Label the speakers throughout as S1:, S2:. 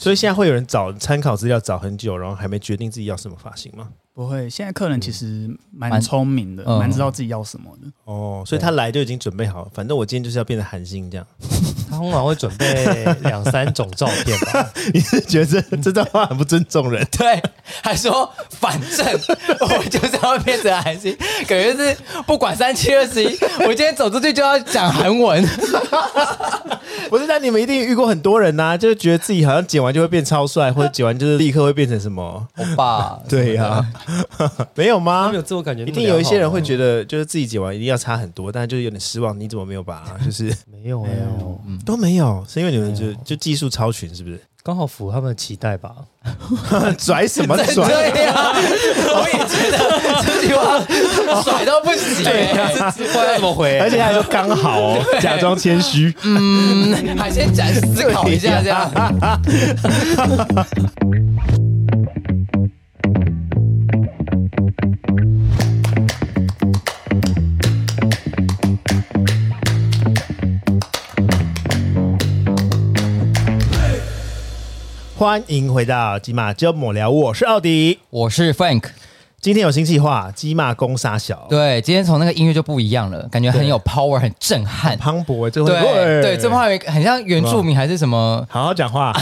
S1: 所以现在会有人找参考资料找很久，然后还没决定自己要什么发型吗？
S2: 不会，现在客人其实蛮
S3: 嗯蛮
S2: 聪明的，
S3: 嗯
S2: 蛮知道自己要什么的。
S1: 哦，所以他来就已经准备好，反正我今天就是要变成韩星这样。
S4: 他通常会准备两三种照片吧。
S1: 你是觉得这这段话很不尊重 人？
S3: 对，还说反正 我就是要变成韩星，感觉是不管三七二十一，我今天走出去就要讲韩文。
S1: 不是，那你们一定遇过很多人呐、就是觉得自己好像剪完就会变超帅，或者剪完就是立刻会变成什么？
S3: 欧巴，
S1: 对呀、 没有
S4: 他
S1: 吗
S4: 们？有自我感觉那
S1: 一
S4: 么良好
S1: 定
S4: 吗，
S1: 有一些人会觉得，就是自己剪完一定要差很多，但就是有点失望。你怎么没有把、就是
S4: 没有
S1: 哎
S2: 没
S4: 没
S2: 有
S4: 有，
S3: 嗯
S1: 都没有？是因为
S4: 哎
S1: 你们就就技术超群，是不是？
S4: 刚好符合他们的期待吧？
S1: 拽什么
S3: 对
S1: 拽？
S3: 对呀、我也觉得这句话甩到啊不行、欸
S4: 不然怎么回
S1: 而且他还说刚好哦，假装谦虚。
S3: 嗯，还先暂时思考一下这样。
S1: 欢迎回到吉马周末聊，我是奥迪。
S3: 我是 Frank，
S1: 今天有新计划，鸡骂攻杀小，
S3: 对，今天从那个音乐就不一样了，感觉很有 power，很震撼。
S1: 磅礴，这会
S3: 对对，这 power 很像原住民还是什么？
S1: 好好讲话。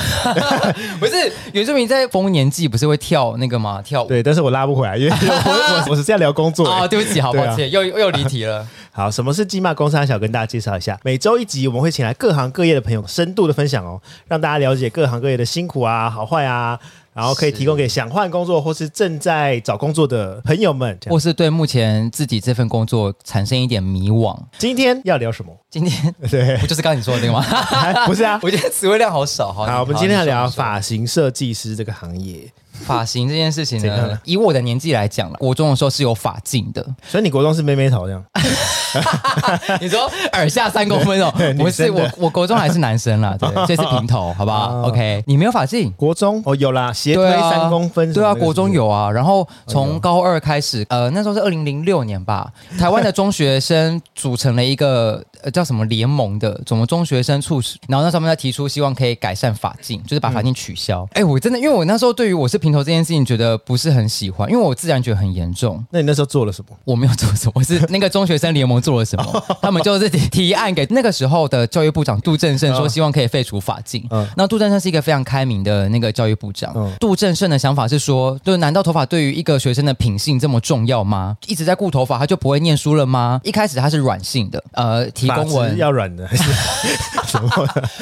S3: 不是原住民在丰年祭不是会跳那个吗？跳舞。
S1: 对，但是我拉不回来，因 为我我我是在聊工作、
S3: 哦，对不起，好
S1: 对啊
S3: 抱歉，又又离题 了。
S1: 好，什么是鸡骂工商小？跟大家介绍一下。每周一集，我们会请来各行各业的朋友深度的分享哦，让大家了解各行各业的辛苦啊、好坏啊，然后可以提供给想换工作或是正在找工作的朋友们。这样
S3: 或是对目前自己这份工作产生一点迷惘。
S1: 今天要聊什 么？
S3: 今天
S1: 对，
S3: 不就是刚刚你说的那个 吗？
S1: 还不是啊。
S3: 我觉得词汇量好少哈。
S1: 好，我们今天要
S3: 你说
S1: 聊
S3: 你说
S1: 发型设计师这个行业。
S3: 发型这件事情
S1: 怎样呢
S3: 呢，以我的年纪来讲了，国中的时候是有发镜 的。
S1: 所以你国中是妹妹头这
S3: 啊
S1: 样？
S3: 你说耳下三公分哦
S1: 对，
S3: 我
S1: 女
S3: 是
S1: 生的哦
S3: 我我国中还是男生啦，对， 这是平头，好不好？OK，你没有发镜。
S1: 国中哦，有啦，斜推
S3: 对啊，
S1: 三公分。
S3: 对啊，国中。有啊。然后
S1: 哎
S3: 从高二开始，呃，那时候是二零零六年 吧，台湾的中学生组成了一个呃叫什么联盟的，什么中学生促使，然后那时候他们在提出希望可以改善法禁，就是把法
S1: 嗯
S3: 禁取消。哎、我真的因为我那时候对于我是平头这件事情觉得不是很喜欢，因为我自然觉得很严重。
S1: 那你那时候做了什么？
S3: 我没有做什么，我是那个中学生联盟做了 什么？他们就是提案给那个时候的教育部长杜正胜，说希望可以废除法禁。
S1: 嗯
S3: 那杜正胜是一个非常开明的那个教育部长。
S1: 嗯
S3: 杜正胜的想法是说，就是难道头发对于一个学生的品性这么重要吗？一直在顾头发，他就不会念书了吗？一开始他是软性的，呃，提
S1: 发
S3: 公
S1: 质
S3: 文
S1: 要软的还是什么？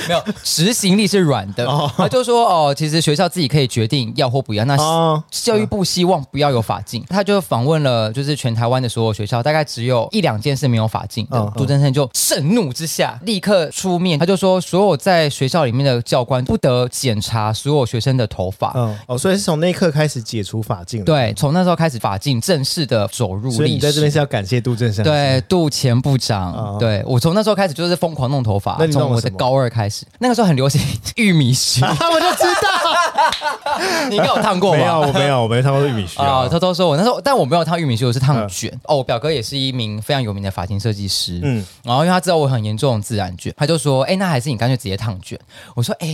S3: 没有执行力是软的，他就说哦，其实学校自己可以决定要或不要。那
S1: 哦
S3: 教育部希望不要有法禁，他就访问了就是全台湾的所有学校，大概只有一两件是没有法禁
S1: 嗯
S3: 的。杜振胜就盛怒之下立刻出面，他就说所有在学校里面的教官不得检查所有学生的头发。
S1: 嗯，哦，所以是从那一刻开始解除法禁了。
S3: 对，啊从那时候开始，法禁正式的走入
S1: 所以你
S3: 历
S1: 在这边是
S3: 史。
S1: 要感谢杜正山。
S3: 对，啊杜前部长，
S1: 哦
S3: 对我从那时候开始就是疯狂弄头发
S1: 那，你弄
S3: 从
S1: 了
S3: 我
S1: 什
S3: 的
S1: 么
S3: 高二开始，那个时候很流行 玉米须，
S1: 啊， 我就知道，
S3: 你应该有烫过吧？
S1: 没有，我没有，我没烫过玉米须
S3: 啊、
S1: 啊。
S3: 偷偷说，我那时候，但我没有烫玉米须，我是烫卷。哦，我表哥也是一名非常有名的发型设计师，
S1: 嗯
S3: 嗯，然后因为他知道我很严重的自然卷，他就说，哎、那还是你干脆直接烫卷。我说，哎、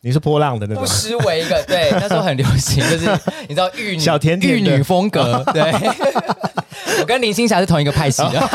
S1: 你是波浪的那种
S3: 不，失为 一个，对，那时候很流行，就是你知道玉女
S1: 小甜甜
S3: 玉
S1: 的
S3: 女风格， 对。我跟林青霞是同一个派系的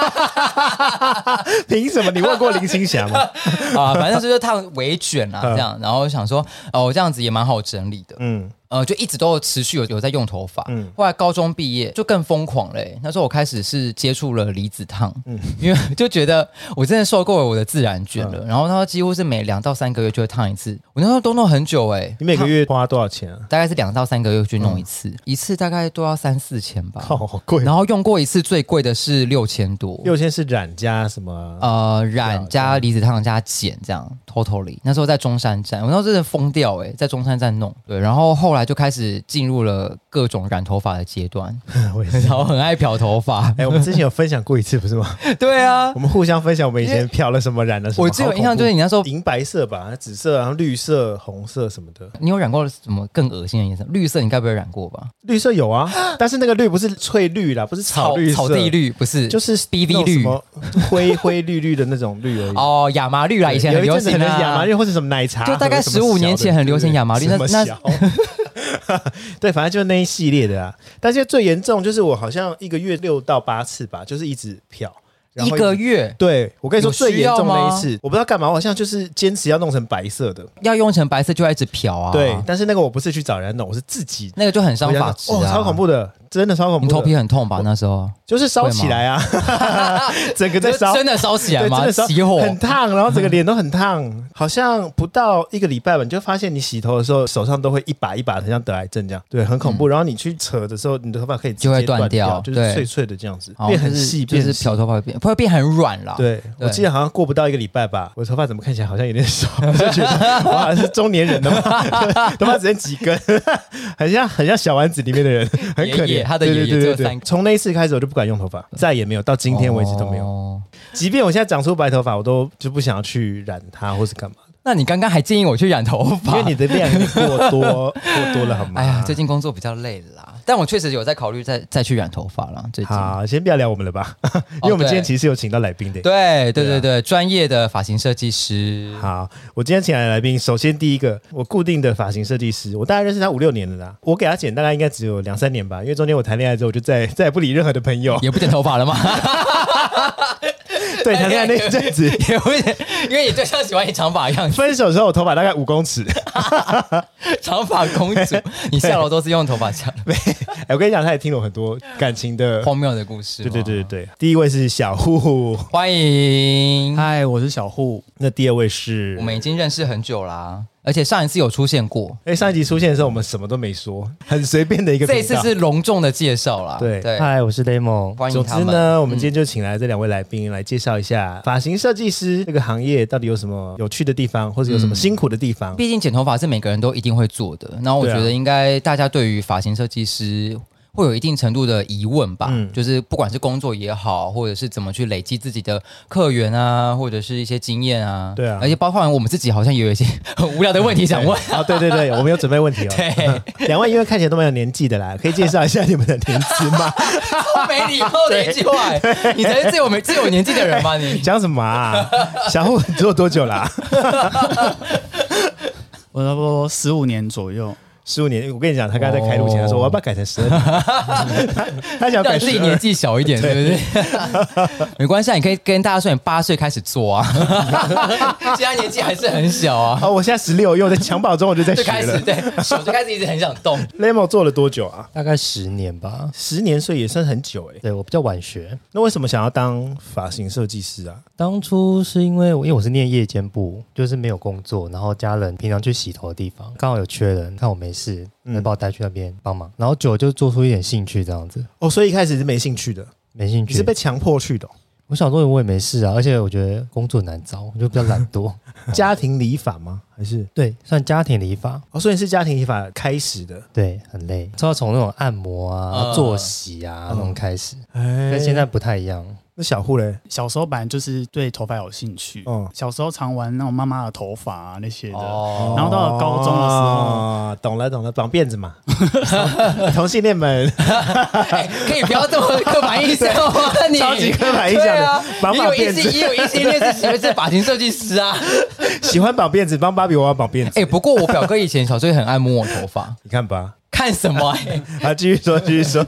S1: 凭什么？你问过林青霞吗？
S3: 啊，反正就是烫微卷啊，这样，然后想说，哦，这样子也蛮好整理的，
S1: 嗯，
S3: 呃，就一直都有持续有有在用头发。后来高中毕业就更疯狂嘞、那时候我开始是接触了离子烫，
S1: 嗯
S3: 因为就觉得我真的受够了我的自然卷
S1: 嗯
S3: 了。然后他几乎是每两到三个月就会烫一次，我那时候都弄很久哎、
S1: 你每个月花多少钱啊？
S3: 大概是两到三个月去弄一次，一次大概都要三四千吧。
S1: 靠，哦好贵。
S3: 然后用过一次最贵的是六千多，
S1: 六千是染加什么？
S3: 呃，染加离子烫加碱这样，totally。那时候在中山站，我那时候真的疯掉哎、在中山站弄。对，然后后来就开始进入了各种染头发的阶段，
S1: 啊我也 是
S3: 然后很爱漂头发。
S1: 哎，我们之前有分享过一次，不是 吗？
S3: 对啊
S1: 我，们互相分享我们以前漂了什么，染了什么。
S3: 我最有印象就是
S1: 好
S3: 你那时候
S1: 恐怖，银白色吧，紫色，然后绿色、红色什么的。
S3: 你有染过什么更恶心的颜色？绿色你该不会染过吧？
S1: 绿色有啊，但是那个绿不是翠绿啦，不是绿色，
S3: 草地绿不是，
S1: 就是
S3: BV
S1: 那种什
S3: 绿
S1: 么灰灰绿绿的那种绿而已。
S3: 哦，亚麻绿啦，以前
S1: 有
S3: 很
S1: 一
S3: 流
S1: 阵子
S3: 行
S1: 可能是亚麻
S3: 啊
S1: 绿。或是什么奶茶，
S3: 就大概
S1: 或者什么
S3: 15年
S1: 小的
S3: 前很流行亚麻绿
S1: 对不对
S3: 那
S1: 什么小 对，反正就是那一系列的啊。但是最严重就是我好像一个月六到八次吧，就是一直漂，然
S3: 一
S1: 后
S3: 个。月
S1: 对，我跟你说
S3: 有需要
S1: 最严重那一
S3: 吗
S1: 次，我不知道干嘛，我好像就是坚持要弄成白色的。
S3: 要用成白色就要一直漂啊，
S1: 对，但是那个我不是去找人家弄，我是自己。
S3: 那个就很伤
S1: 我想
S3: 发
S1: 说
S3: 质
S1: 哦，
S3: 啊，
S1: 超恐怖的，真的超恐怖
S3: 你
S1: 的。
S3: 头皮很痛吧？那时候
S1: 就是烧起来 啊，整个在
S3: 就
S1: 烧，
S3: 真的烧起来
S1: 对，真
S3: 吗？
S1: 的烧
S3: 起火，
S1: 很烫，然后整个脸都很烫，好像不到一个礼拜吧，你就发现你洗头的时候手上都会一把一把的，像得癌症这样，对，很恐怖。然后你去扯的时候，你的头发可以直接
S3: 嗯就会断
S1: 断
S3: 掉
S1: 就是
S3: 对
S1: 脆脆的这样子，
S3: 好
S1: 变
S3: 像
S1: 很
S3: 哦就是
S1: 细，
S3: 就
S1: 变
S3: 是
S1: 细
S3: 漂。头发会变会变很软啦。
S1: 对，我
S3: 对
S1: 记得好像过不到一个礼拜吧，我头发怎么看起来好像有点少， 我就觉得我好像是中年人的嘛， 头发只剩几根，很像很像小丸子里面的人，很可怜。
S3: 爷爷他的
S1: 对对
S3: 爷爷
S1: 对
S3: 只有
S1: 对对
S3: 三根
S1: 从那一次开始我就不敢用头发，再也没有，到今天为止都没有。
S3: 有。
S1: 即便我现在长出白头发，我都就不想要去染它或是 干嘛，
S3: 那你刚刚还建议我去染头发，
S1: 因为你的量有点过多过多了，好吗？
S3: 哎呀，最近工作比较累啦，但我确实有在考虑再再去染头发啦。最近，
S1: 好，先不要聊我们了吧， 因为我们今
S3: 对
S1: 天其实有请到来宾的。
S3: 哦
S1: 对啊
S3: 对对对对，专业的发型设计师，
S1: 好，我今天请来的来宾，首先第一个，我固定的发型设计师，我大概认识他五六年了啦。我给他剪大概应该只有两三年吧，因为中间我谈恋爱之后，我就再 再也不理任何的朋 友。
S3: 也不剪头发了吗？
S1: 对，谈恋爱那一阵子，
S3: 也不剪，因为你对象喜欢你长发的样子，
S1: 分手之后我头发大概五公尺。
S3: 长发公主，你下楼都是用头发下，
S1: 哎，我跟你讲，他也听了我很多感情的。
S3: 荒谬的啊故事。哦
S1: 对对对对，对，第一位是小户，
S3: 欢迎，
S2: 嗨，我是小户，
S1: 那第二位是
S3: 我们已经认识很久啦、而且上一次有出现过，
S1: 哎，上一集出现的时候，我们什么都没说，很随便的一个频
S3: 这
S1: 道。
S3: 一次是隆重的介绍啦。
S1: 对
S3: 对，
S4: 嗨，我是 Lemon。
S3: 欢迎
S1: 总
S3: 他
S1: 之
S3: 们。嗯
S1: 呢，我们今天就请来这两位来宾来介绍一下发型设计师这个行业到底有什么有趣的地方，或者有
S3: 嗯
S1: 什么辛苦的地方。
S3: 毕竟剪头发是每个人都一定会做的，然后我
S1: 对啊
S3: 觉得应该大家对于发型设计师会有一定程度的疑问吧，
S1: 嗯
S3: 就是不管是工作也好，或者是怎么去累积自己的客源啊，或者是一些经验啊，
S1: 对啊
S3: 而且包括我们自己好像也有一些 很无聊的问题想问，
S1: 啊， 对对对，我们有准备问题哦。
S3: 对，
S1: 两位因为看起来都蛮有年纪的啦，可以介绍一下你们的年资吗？
S3: 超 没礼貌的一句话、欸你才是最有没最有年纪的人吧你？
S1: 讲什么啊？小户你做多久啦、
S2: 我差不多十五年左右。
S1: 十五年。我跟你讲，他刚才在开录前他说
S3: 哦
S1: 我要不要改成十二？他 他想要改
S3: 让自己
S1: 十
S3: 年
S1: 二。
S3: 纪小一点，对不 对？没关系，啊，你可以跟大家说你八岁开始做啊，现在年纪还是很小啊。
S1: 哦，我现在十六，因为我在襁褓中我就在
S3: 就
S1: 学
S3: 开始
S1: 了。
S3: 对手就开始一直很想动。
S1: Lemo 做了多久啊？
S4: 大概十年吧。
S1: 十年，所以也算很久哎、
S4: 对我比较晚学，
S1: 那为什么想要当发型设计师啊？
S4: 当初是因为我因为我是念夜间部，就是没有工作，然后家人平常去洗头的地方刚好有缺人，看我没事，
S1: 嗯
S4: 那把我带去那边帮忙，然后久了就做出一点兴趣这样子，
S1: 哦，所以一开始是没兴趣的，
S4: 没兴
S1: 你是
S4: 趣
S1: 被。强迫去的哦、
S4: 我想说我也没事啊，而且我觉得工作难找，我就比较懒 惰。
S1: 家庭理发吗？还是
S4: 对，算家庭理发，
S1: 哦，所以是家庭理发开始的。
S4: 对，很累，都要从那种按摩啊、
S3: 嗯
S4: 作息啊那种开始，
S1: 哎
S4: 跟现在不太一样。
S1: 那小户嘞，
S2: 小时候本来就是对头发有兴趣，
S1: 嗯
S2: 小时候常玩那种妈妈的头发、啊、那些的。
S3: 哦，
S2: 然后到了高中的时候
S1: 哦懂了懂了，绑辫子嘛，同性恋们
S3: 哎可以不要这么刻板印象吗？你
S1: 超级刻板印象
S3: 对
S1: 的
S3: 啊，
S1: 绑
S3: 也
S1: 绑
S3: 有一
S1: 辫
S3: 些
S1: 子，
S3: 也有一些类似喜欢是发型设计 师啊。
S1: 喜欢绑辫子，帮芭比娃娃绑辫子，
S3: 哎，不过我表哥以前小时候也很爱摸我头发，
S1: 你 看吧。
S3: 看什么？哎
S1: 啊，继续说，继续说。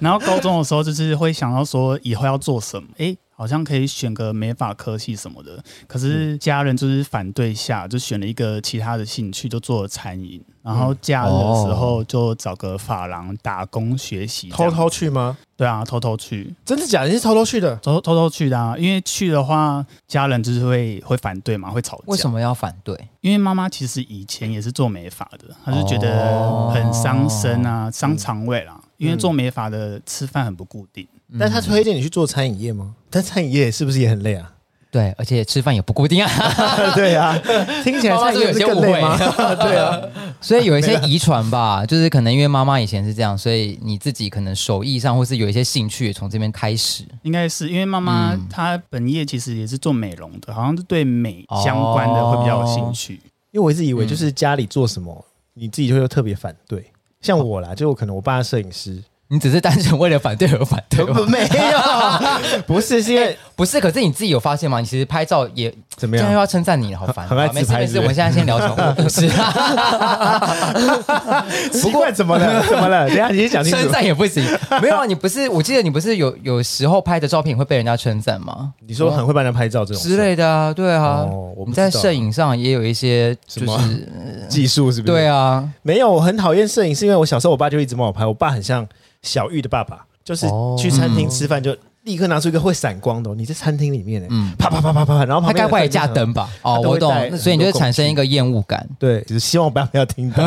S2: 然后高中的时候就是会想到说以后要做什么，诶，好像可以选个美发科系什么的。可是家人就是反对下，就选了一个其他的兴趣，就做了餐饮。然
S3: 嗯
S2: 后假日的时
S3: 哦
S2: 候就找个发廊打工学习这样，
S1: 偷偷去吗？
S2: 对啊，偷偷去，
S1: 真的假的？你是偷偷去的？
S2: 偷偷偷去的啊。因为去的话，家人就是会会反对嘛，会吵架。
S3: 为什？么要反对？
S2: 因为妈妈其实以前也是做美发的，她就觉
S3: 哦
S2: 得很伤身啊，
S3: 嗯
S2: 伤肠胃啦。因为做美发的吃饭很不固定。
S3: 嗯
S1: 但他推荐你去做餐饮业吗？但餐饮业是不是也很累啊？
S3: 对，而且吃饭也不固定啊，
S1: 对啊，听起来餐饮业不是更累吗？对啊，
S3: 所以有一些遗传吧，就是可能因为妈妈以前是这样，所以你自己可能手艺上或是有一些兴趣也从这边开始。
S2: 应该是因为妈妈
S3: 嗯
S2: 她本业其实也是做美容的，好像是对美相关的会比较有兴趣。
S3: 哦
S1: 因为我一直以为就是家里做什么，你自己就会特别反对。像我啦，就我可能我爸是摄影师，
S3: 你只是单纯为了反对而反对吗？
S1: 没有， 不是是因为
S3: 不是，可是你自己有发现吗？你其实拍照也
S1: 怎么样
S3: 这样又要称赞你，好烦。
S1: 很很爱
S3: 好没
S1: 自
S3: 事
S1: 拍
S3: 没
S1: 是
S3: 事，
S1: 不
S3: 我
S1: 是
S3: 们现在先聊小故事。啊
S1: 奇怪怎么 了？怎么了？等一下啊你先讲清
S3: 称
S1: 楚。
S3: 赞也不行， 没有啊？你不是？我记得你不是有有时候拍的照片会被人家称赞吗？
S1: 你说很会帮人拍照这种
S3: 之类的啊，对啊。
S1: 哦我不
S3: 你
S1: 知道
S3: 在摄影上也有一些就
S1: 什么
S3: 是呃
S1: 技术是不是？
S3: 对，啊，
S1: 没有，我很讨厌摄影，是因为我小时候我爸就一直帮我拍，我爸很像小玉的爸爸，就是
S4: 哦
S1: 去餐厅吃饭就立刻拿出一个会闪光的哦，你在餐厅里面呢，
S3: 嗯
S1: 啪啪啪啪啪，然后
S3: 他
S1: 旁边
S3: 该不会也架
S1: 人就想
S3: 灯吧？哦，
S1: 他都
S3: 我
S1: 会
S3: 懂
S1: 带，
S3: 那所以你就
S1: 很
S3: 会
S1: 多
S3: 产生
S1: 工具
S3: 一个厌恶感。
S1: 对，只是希望我爸不要听到。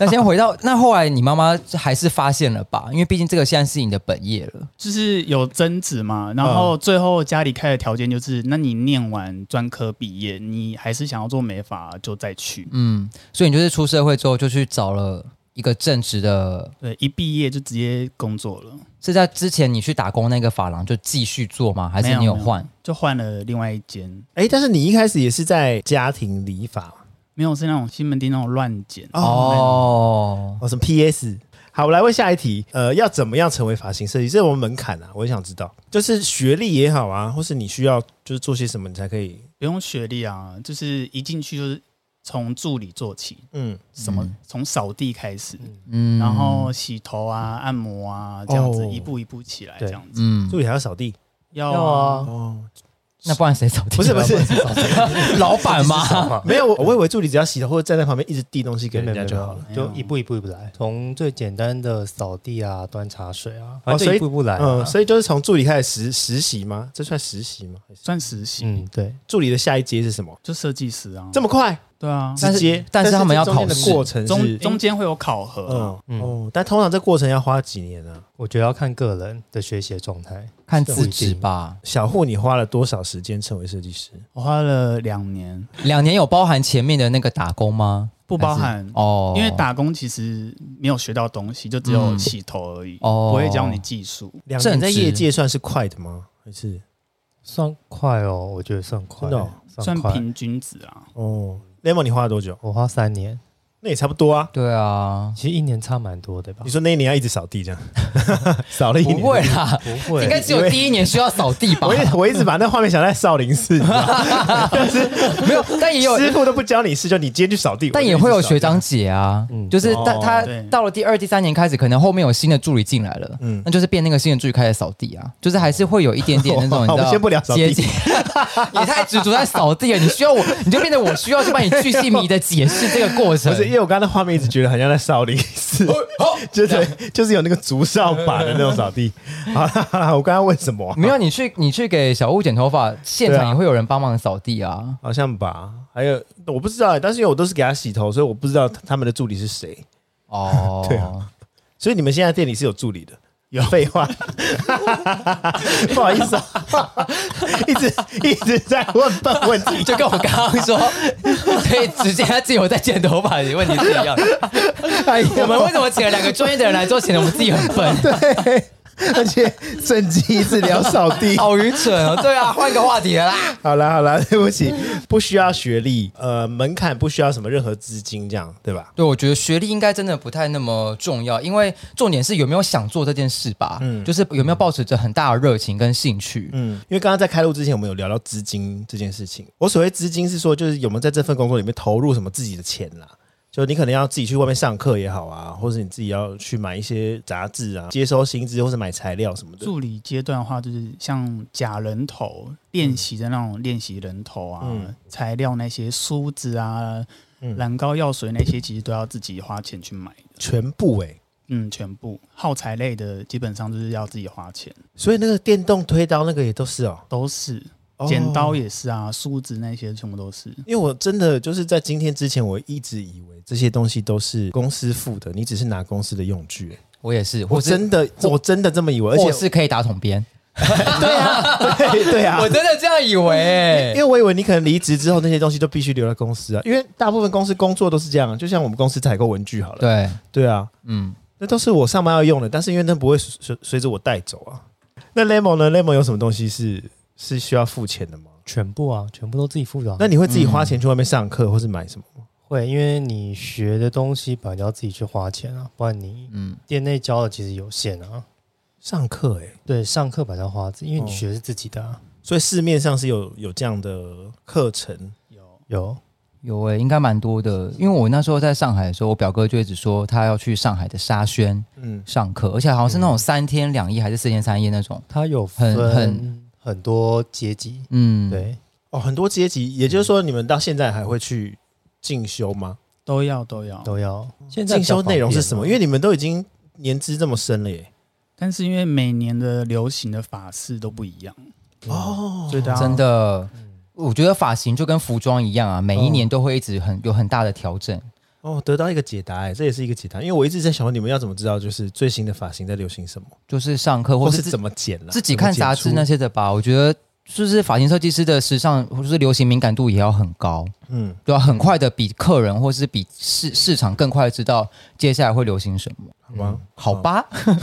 S3: 那先回到那后来，你妈妈还是发现了吧？因为毕竟这个现在是你的本业了。
S2: 就是有争执嘛，然后最后家里开的条件就是，那你念完专科毕业，你还是想要做美发就再去，
S3: 嗯，所以你就是出社会之后就去找了一个正职的，
S2: 对，一毕业就直接工作了，
S3: 是在之前你去打工那个发廊就继续做吗？还是你有换？
S2: 就换了另外一间，
S1: 哎，但是你一开始也是在家庭理发
S2: 没有是那种西门町那种乱剪，
S3: 哦，
S1: 哦，什么 PS？好，我来问下一题，呃，要怎么样成为发型设计？这有没有门槛啊？我也想知道，就是学历也好啊，或是你需要就是做些什么，你才可以，
S2: 不用学历啊，就是一进去就是从助理做起，
S1: 嗯，
S2: 什么
S3: 嗯
S2: 从扫地开始，
S3: 嗯
S2: 然后洗头啊、按摩啊，这样子
S1: 哦
S2: 一步一步起来，
S4: 对
S2: 这样子
S3: 嗯，
S1: 助理还要扫地
S2: 要
S4: 要
S2: 啊
S4: 啊
S1: 哦，
S3: 那不然谁 扫地？
S1: 不是不是，
S3: 老板吗？
S1: 没有，我我以为助理只要洗头或者站在旁边一直递东西给人家就好了。
S2: 没有
S4: 就一步一步一步来，从最简单的扫地啊、端茶水啊，
S1: 哦
S4: 反
S1: 所
S4: 正
S1: 以
S4: 一步一步来、啊。
S1: 嗯，所以就是从助理开始实实习吗？这算实习吗？还是
S2: 算实习，
S4: 嗯，对，
S1: 助理的下一阶是什么？
S2: 就设计师啊，
S1: 这么快？
S2: 对啊，
S3: 但
S1: 直
S3: 是
S1: 接？
S3: 但是他们要
S1: 这中间的
S3: 考试
S1: 过程是
S2: 中中间会有考核，啊
S1: 嗯
S4: 嗯
S1: 哦，但通常这过程要花几年啊呢？
S4: 我觉得要看个人的学习的状态。
S3: 看资质吧，
S1: 小户，你花了多少时间成为设计师？
S2: 我花了两年，
S3: 两年有包含前面的那个打工吗？
S2: 不包
S3: 还
S2: 含
S3: 是哦，
S2: 因为打工其实没有学到东西，就只有
S3: 嗯
S2: 洗头而已，
S3: 哦
S2: 不会教你技术。
S1: 两
S3: 正
S1: 年在业
S3: 职
S1: 界算是快的吗？还是
S4: 算快哦，我觉得算快，
S1: 真的哦
S2: 算
S4: 快。
S2: 平均值啊，
S1: 哦，Lemon 你花了多久？
S4: 我花三年，
S1: 那也差不多啊。
S3: 对啊，
S4: 其实一年差蛮多的吧
S1: 你？说那一年要一直扫地这 样，扫了一
S3: 不
S1: 年。
S3: 会啦，
S4: 不会
S3: 应该只有第一年需要扫地吧
S1: 我？一我一直把那画面想在少林寺， 你知道吗
S3: 没有，但也有
S1: 师傅都不教你事，就你今天去扫地，
S3: 但
S1: 我就
S3: 也
S1: 一直
S3: 会有
S1: 扫
S3: 学
S1: 地
S3: 长姐啊，
S4: 嗯
S3: 就是他、
S1: 哦
S3: 他
S2: 对
S3: 到了第二、第三年开始，可能后面有新的助理进来了，
S1: 嗯
S3: 那就是变那个新的助理开始扫地啊，就是还是会有一点点那
S1: 好
S3: 种，你
S1: 我们
S3: 知道，
S1: 先不聊扫地
S3: 接近 也太执着在扫地了，你需要我，你就变得我需要去帮你巨细靡的解释这个过程哦
S1: 不。是，因为我刚刚那画面一直觉得很像在少林寺， 就是就是有那个竹扫把的那种扫 地。好啦好啦，我刚刚问什么啊、
S3: 没有，你去你去给小屋剪头发，现
S1: 对
S3: 场
S1: 啊
S3: 也会有人帮忙扫地啊。
S1: 好像吧，还有我不知道欸、但是因为我都是给他洗头，所以我不知道他们的助理是谁。
S3: 哦，
S1: 对啊所以你们现在店里是有助理的。
S2: 有
S1: 废话， 不好意思、啊， 一直一直在问笨问题。
S3: 就跟我刚刚 说，所以直接他自由在剪头发的问题是一样的。
S1: 哎呀
S3: 我们为什么请了两个专业的人来做，显得我们自己很 笨？
S1: 对，而且整集一直聊扫 地。
S3: 好愚蠢哦！对啊，换个话题了啦。
S1: 好啦好啦，对不起，不需要学历，呃，门槛不需要什么任何资金，这样对吧？
S3: 对，我觉得学历应该真的不太那么重要，因为重点是有没有想做这件事吧。嗯，就是有没有抱持着很大的热情跟兴趣。
S1: 嗯，因为刚刚在开录之前，我们有聊到资金这件事情。我所谓资金是说，就是有没有在这份工作里面投入什么自己的钱啦、就你可能要自己去外面上课也好啊，或者你自己要去买一些杂志啊，接收薪资或者买材料什么的。
S2: 助理阶段的话，就是像假人头练习的那种练习人头啊，
S1: 嗯
S2: 材料那些梳子啊、
S1: 嗯
S2: 染膏、药水那些，其实都要自己花钱去买的。
S1: 全部欸诶、
S2: 嗯，全部耗材类的基本上就是要自己花钱，
S1: 所以那个电动推刀那个也都是哦，
S2: 都是
S1: 哦
S2: 剪刀也是啊，梳子那些全部都是。
S1: 因为我真的就是在今天之前，我一直以为这些东西都是公司付的，你只是拿公司的用具、欸
S3: 我也是，
S1: 我
S3: 或是
S1: 真的，我真的这么以为，而
S3: 或
S1: 且
S3: 是可以打桶边，
S1: 对啊，对 对啊，
S3: 我真的这样以为、
S1: 因为我以为你可能离职之后那些东西都必须留在公司啊，因为大部分公司工作都是这样，啊就像我们公司采购文具好了，
S3: 对，
S1: 对啊，
S3: 嗯，
S1: 那都是我上班要用的，但是因为那不会随随随着我带走啊。那 Lemon 呢？Lemon 有什么东西是是需要付钱的吗？
S4: 全部啊，全部都自己付的啊、
S1: 那你会自己花钱去外面上课或是买什么吗？
S4: 会，因为你学的东西本来就要自己去花钱啊，不然你
S3: 嗯，
S4: 店内教的其实有限啊。
S1: 上课哎、
S4: 对，上课本来就要花钱，因为你
S1: 哦
S4: 学的是自己的、啊。
S1: 所以市面上是有有这样的课程，
S2: 有
S4: 有，
S3: 有欸诶、应该蛮多的。因为我那时候在上海的时候，我表哥就一直说他要去上海的沙宣
S1: 嗯，
S3: 上课，而且好像是那种三天两夜还是四天三夜那种。
S4: 它有
S3: 很
S4: 分
S3: 很
S4: 很多阶级。
S3: 嗯，，
S4: 对，
S1: 哦，很多阶级，也就是说你们到现在还会去进修吗？
S2: 都要都要，
S4: 都要。哦现在
S1: 进修内容是什么？因
S4: 为
S1: 为你们都已经年资这么深了耶，
S2: 但是因为每年的流行的法式都不一样，
S1: 哦，
S2: 所以大家
S3: 真的。
S1: 嗯
S3: 我觉得发型就跟服装一样啊，每一年都会一直很有很大的调整。
S1: 哦，得到一个解答哎，这也是一个解答，因为我一直在想你们要怎么知道就是最新的发型在流行什么，
S3: 就是上课
S1: 或
S3: 哦或
S1: 是
S3: 是自
S1: 怎么剪了，
S3: 自己看杂志那
S1: 些，
S3: 些的吧。我觉得就是发型设计师的时尚或者是流行敏感度也要很高，
S1: 嗯，
S3: 对啊，很快的比客人或是比市市场更快地知道接下来会流行什么。
S1: 好吗？
S3: 好吧，
S1: 哦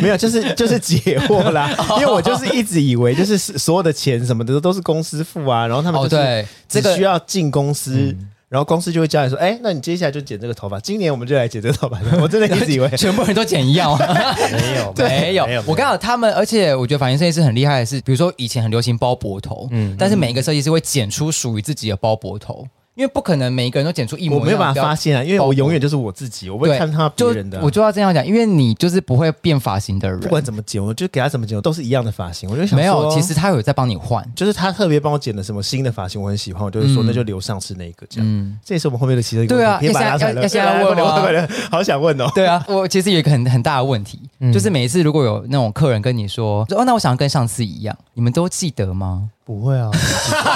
S1: 没有，就是就是解惑 啦，因为我就是一直以为就是所有的钱什么的都是公司付啊，然后他们
S3: 哦
S1: 就是
S3: 对，
S1: 只
S3: 这个嗯
S1: 需要进公司，然后公司就会教你说，哎、那你接下来就剪这个头发，今年我们就来剪这个头发。我真的一直 以为
S3: 全部人都剪一样哦。
S4: 没有
S3: 没有
S4: 没有，
S3: 我刚好他们，而且我觉得发型设计师很厉害的是，比如说以前很流行包脖头，嗯，但是每一个设计师会剪出属于自己的包脖头，因为不可能每一个人都剪出一模
S1: 我
S3: 一样。
S1: 没有办
S3: 不
S1: 法
S3: 要
S1: 发现啊，因为
S3: 包
S1: 我
S3: 裹
S1: 永远就是我自己，我不会
S3: 对
S1: 看他别
S3: 就
S1: 人的啊、
S3: 我就要这样讲，因为你就是不会变发型的人，
S1: 不管怎么剪，我就给他怎么剪，我都是一样的发型。我就想
S3: 没有，
S1: 说
S3: 其实他有在帮你换。
S1: 就是他特别帮我剪了什么新的发型，我很喜欢，我就是说
S3: 嗯
S1: 那就留上次那一个这样。
S3: 嗯，
S1: 这也是我们后面的其中一个
S3: 对啊
S1: 问题，可以把它拉出来了
S3: 要要现在问吗
S1: 来 来来来来好想问哦。
S3: 对啊，我其实有一个很很大的问题，
S1: 嗯
S3: 就是每一次如果有那种客人跟你说，说哦，那我想要跟上次一样，你们都记得吗？
S4: 不会啊，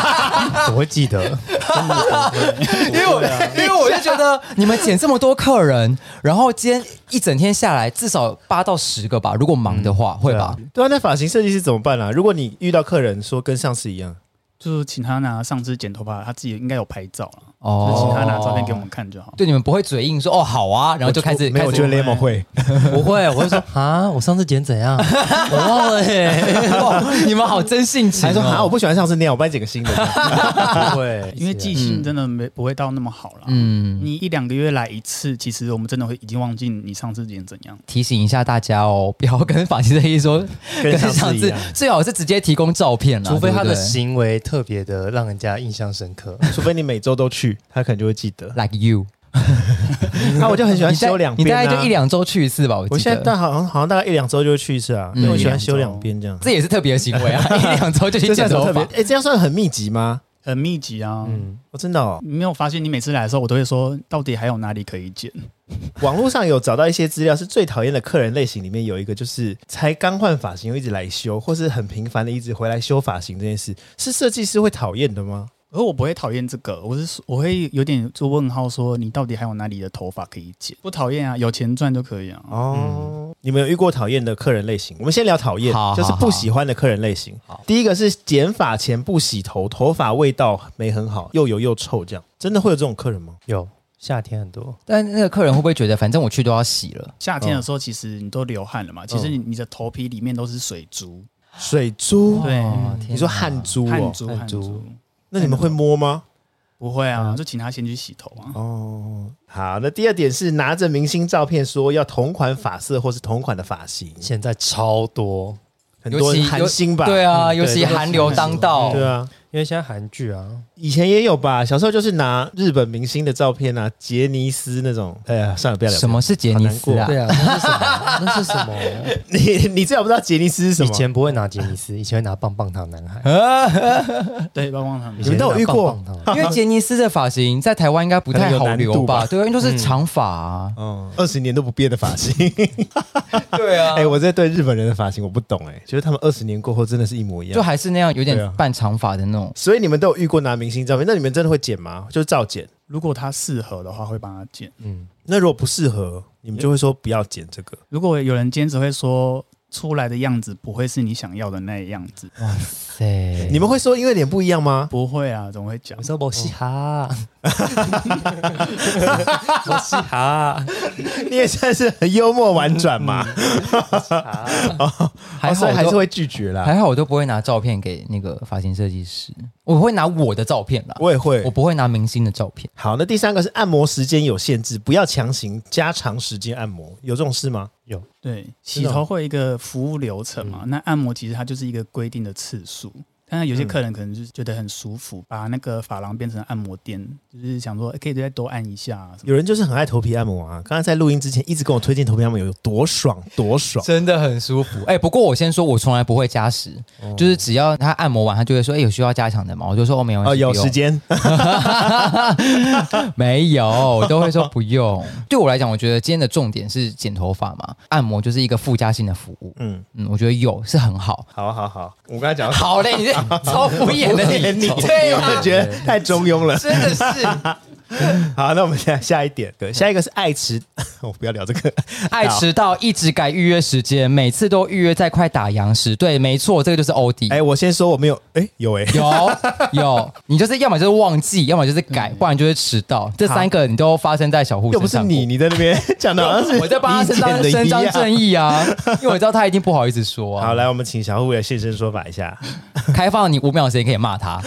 S4: 我会记得。
S3: 因为我
S1: 啊
S3: 因为我就觉得你们剪这么多客人，然后今天一整天下来至少八到十个吧，如果忙的话、会吧？
S1: 对啊，那发型设计师怎么办啊？如果你遇到客人说跟上次一样，
S2: 就是请他拿上次剪头发，他自己应该有拍照啊了，就
S3: 哦
S2: 是请他拿照片给我们看就好。
S3: 对，你们不会嘴硬说哦好啊，然后就开始
S1: 没
S3: 开
S1: 有，我觉得
S3: 始。
S1: Lemon 会。
S4: 不会，我会说啊，我上次剪怎 样？
S3: 我忘了耶、哦 你们好真性情、
S1: 还
S3: 哦。
S1: 说啊，我不喜欢上次那样，我帮你剪个 新的。
S4: 不会，
S2: 因为记性真的没不会到那么好啦。
S3: 嗯，
S2: 你一两个月来一次，其实我们真的会已经忘记你上次剪怎样。
S3: 提醒一下大家哦，不要跟发型设计师说
S1: 跟上
S3: 上
S1: 次一
S3: 次
S1: 样，
S3: 最好是直接提供照片啦，
S4: 除非他
S3: 对
S4: 的
S3: 不对
S4: 行为特别的让人家印象深刻。
S1: 除非你每周都去，他可能就会记得。
S3: like you，
S1: 那我就很喜欢
S3: 你大
S1: 修两
S3: 你
S1: 边、
S3: 大
S1: 啊，
S3: 概就一。两周去一次吧，我
S1: 我
S3: 记
S1: 现在
S3: 得。
S1: 大好像好像大概一两周就会去一次啊，
S2: 嗯
S1: 因为我喜欢
S2: 一两周
S1: 修两边这样。
S3: 这也是特别的行 为啊，一两周就去
S1: 这算
S3: 剪
S1: 什么特
S3: 头
S1: 别
S3: 发？，
S1: 哎，这样算很密集吗？
S2: 很密集啊。
S4: 嗯，
S1: 我真的哦，
S2: 你没有发现，你每次来的时候，我都会说，到底还有哪里可以剪？
S1: 网络上有找到一些资料，是最讨厌的客人类型里面有一个，就是才刚换发型又一直来修，或是很频繁的一直回来修发型这件事，是设计师会讨厌的吗？
S2: 而我不会讨厌这个，我是说我会有点做问号，说你到底还有哪里的头发可以剪？不讨厌啊，有钱赚就可以啊。
S1: 哦，你们有遇过讨厌的客人类型？我们先聊讨厌
S3: 好，
S1: 就是
S3: 好
S1: 不
S3: 好
S1: 喜欢的客人类型
S3: 好。
S1: 第一个是剪发前不洗头，头发味道没很好，又油又臭，这样真的会有这种客人吗？
S4: 有夏天很多，
S3: 但那个客人会不会觉得，反正我去都要洗了？
S2: 夏天的时候，其实你都流汗了嘛，其实你你的头皮里面都是水珠，
S1: 水珠，
S2: 对
S3: 哦天哪
S1: 你说汗嗯珠
S2: 汗
S1: 哦，
S2: 珠
S4: 汗
S2: 汗珠
S4: 珠。
S1: 那你们会摸吗？
S2: 不会啊，就请他先去洗头啊。
S1: 哦，好，那第二点是拿着明星照片说要同款发色或是同款的发型，
S4: 现在超多，
S1: 很
S3: 尤
S1: 多
S3: 其
S1: 人寒心吧？
S3: 对啊，尤
S4: 对
S3: 其
S4: 都是
S3: 寒流当道，
S1: 对啊，
S4: 因为现在韩剧啊，
S1: 以前也有吧，小时候就是拿日本明星的照片啊，杰尼斯那种，哎呀，算了，不要聊
S3: 什么是杰尼斯
S1: 好
S3: 啊？
S4: 啊，那是什么？那是什么？
S1: 你你最好不知道杰尼斯是什
S4: 以
S1: 么。
S4: 前不会拿杰尼斯，以前会拿棒棒糖男孩。
S2: 对，棒棒糖
S4: 以
S1: 你们
S4: 前
S1: 都有遇
S4: 拿
S1: 过
S4: 棒棒糖
S3: 啊因为杰尼斯的发型在台湾应该不太好留吧？对啊，因为都是长发啊。
S1: 嗯，二十年都不变的发型。
S3: 对 啊
S1: 哎、我在对日本人的发型我不懂哎、觉得他们二十年过后真的是一模一
S3: 就
S1: 样。
S3: 还是那样有
S1: 对
S3: 点
S1: 啊
S3: 半长发的那种。
S1: 所以你们都有遇过拿明星照片，那你们真的会剪吗？就是照剪。
S2: 如果他适合的话，会帮他剪。
S4: 嗯，
S1: 那如果不适合，你们就会说不要剪这个。
S2: 如果有人坚持会说出来的样子不会是你想要的那样子，
S3: 哦对，
S1: 你们会说因为脸不一样吗？
S2: 不会啊，怎么会讲
S4: 我？说我嘻哈， 我嘻哈，
S1: 你也算是很幽默婉转嘛，
S3: 嗯
S1: 哦
S3: 还好
S1: 所以
S3: 我
S1: 还
S3: 都
S1: 是会拒绝啦。
S3: 还好我都不会拿照片给那个发型设计师，我会拿我的照片啦，
S1: 我也会
S3: 我。不会拿明星的照片。
S1: 好，那第三个是按摩时间有限制，不要强行加长时间按摩，有这种事吗？
S4: 有
S2: 对，
S1: 真
S2: 洗
S1: 的哦
S2: 头会有一个服务流程嘛，
S3: 嗯
S2: 那按摩其实它就是一个规定的次数。但是有些客人可能就是觉得很舒服，把那个发廊变成按摩店，就是想说、诶可以再多按一下、啊、什么。
S1: 有人就是很爱头皮按摩啊，刚才在录音之前一直跟我推荐头皮按摩有多爽多爽，
S3: 真的很舒服。哎、不过我先说，我从来不会加时，
S1: 哦
S3: 就是只要他按摩完，他就会说：“哎、有需要加强的吗？”我就说：“哦，没有，
S1: 哦，有时，间，
S3: 没有，我都会说不用。” 对我来讲，我觉得今天的重点是剪头发嘛，按摩就是一个附加性的服务。
S1: 嗯，
S3: 嗯，我觉得有是 很好。
S1: 好好好，我刚才讲到
S3: 好嘞，你这超敷 衍的
S1: 脸
S3: 你，
S1: 你，
S3: 对
S1: 我
S3: 啊，
S1: 觉得太中庸了。
S3: 真的是
S1: 好，那我们现在下一点，对，下一个是爱迟，我不要聊这个，
S3: 爱迟到，一直改预约时间，每次都预约在快打烊时。对，没错，这个就是欧迪。
S1: 哎、我先说我没有，哎、有哎、
S3: 有有，你就是要么就是忘记，要么就是改，不然就是迟到。这三个你都发生在小护
S1: 又不
S3: 身
S1: 是
S3: 上过。
S1: 你，你在那边讲的好像是
S3: 我在帮他
S1: 你
S3: 伸
S1: 剪
S3: 张
S1: 的
S3: 伸
S1: 一
S3: 张
S1: 样。
S3: 正义啊，因为我知道他一定不好意思说啊。
S1: 好，来，我们请小虎也现身说法一下。
S3: 开放你五秒时间可以骂他，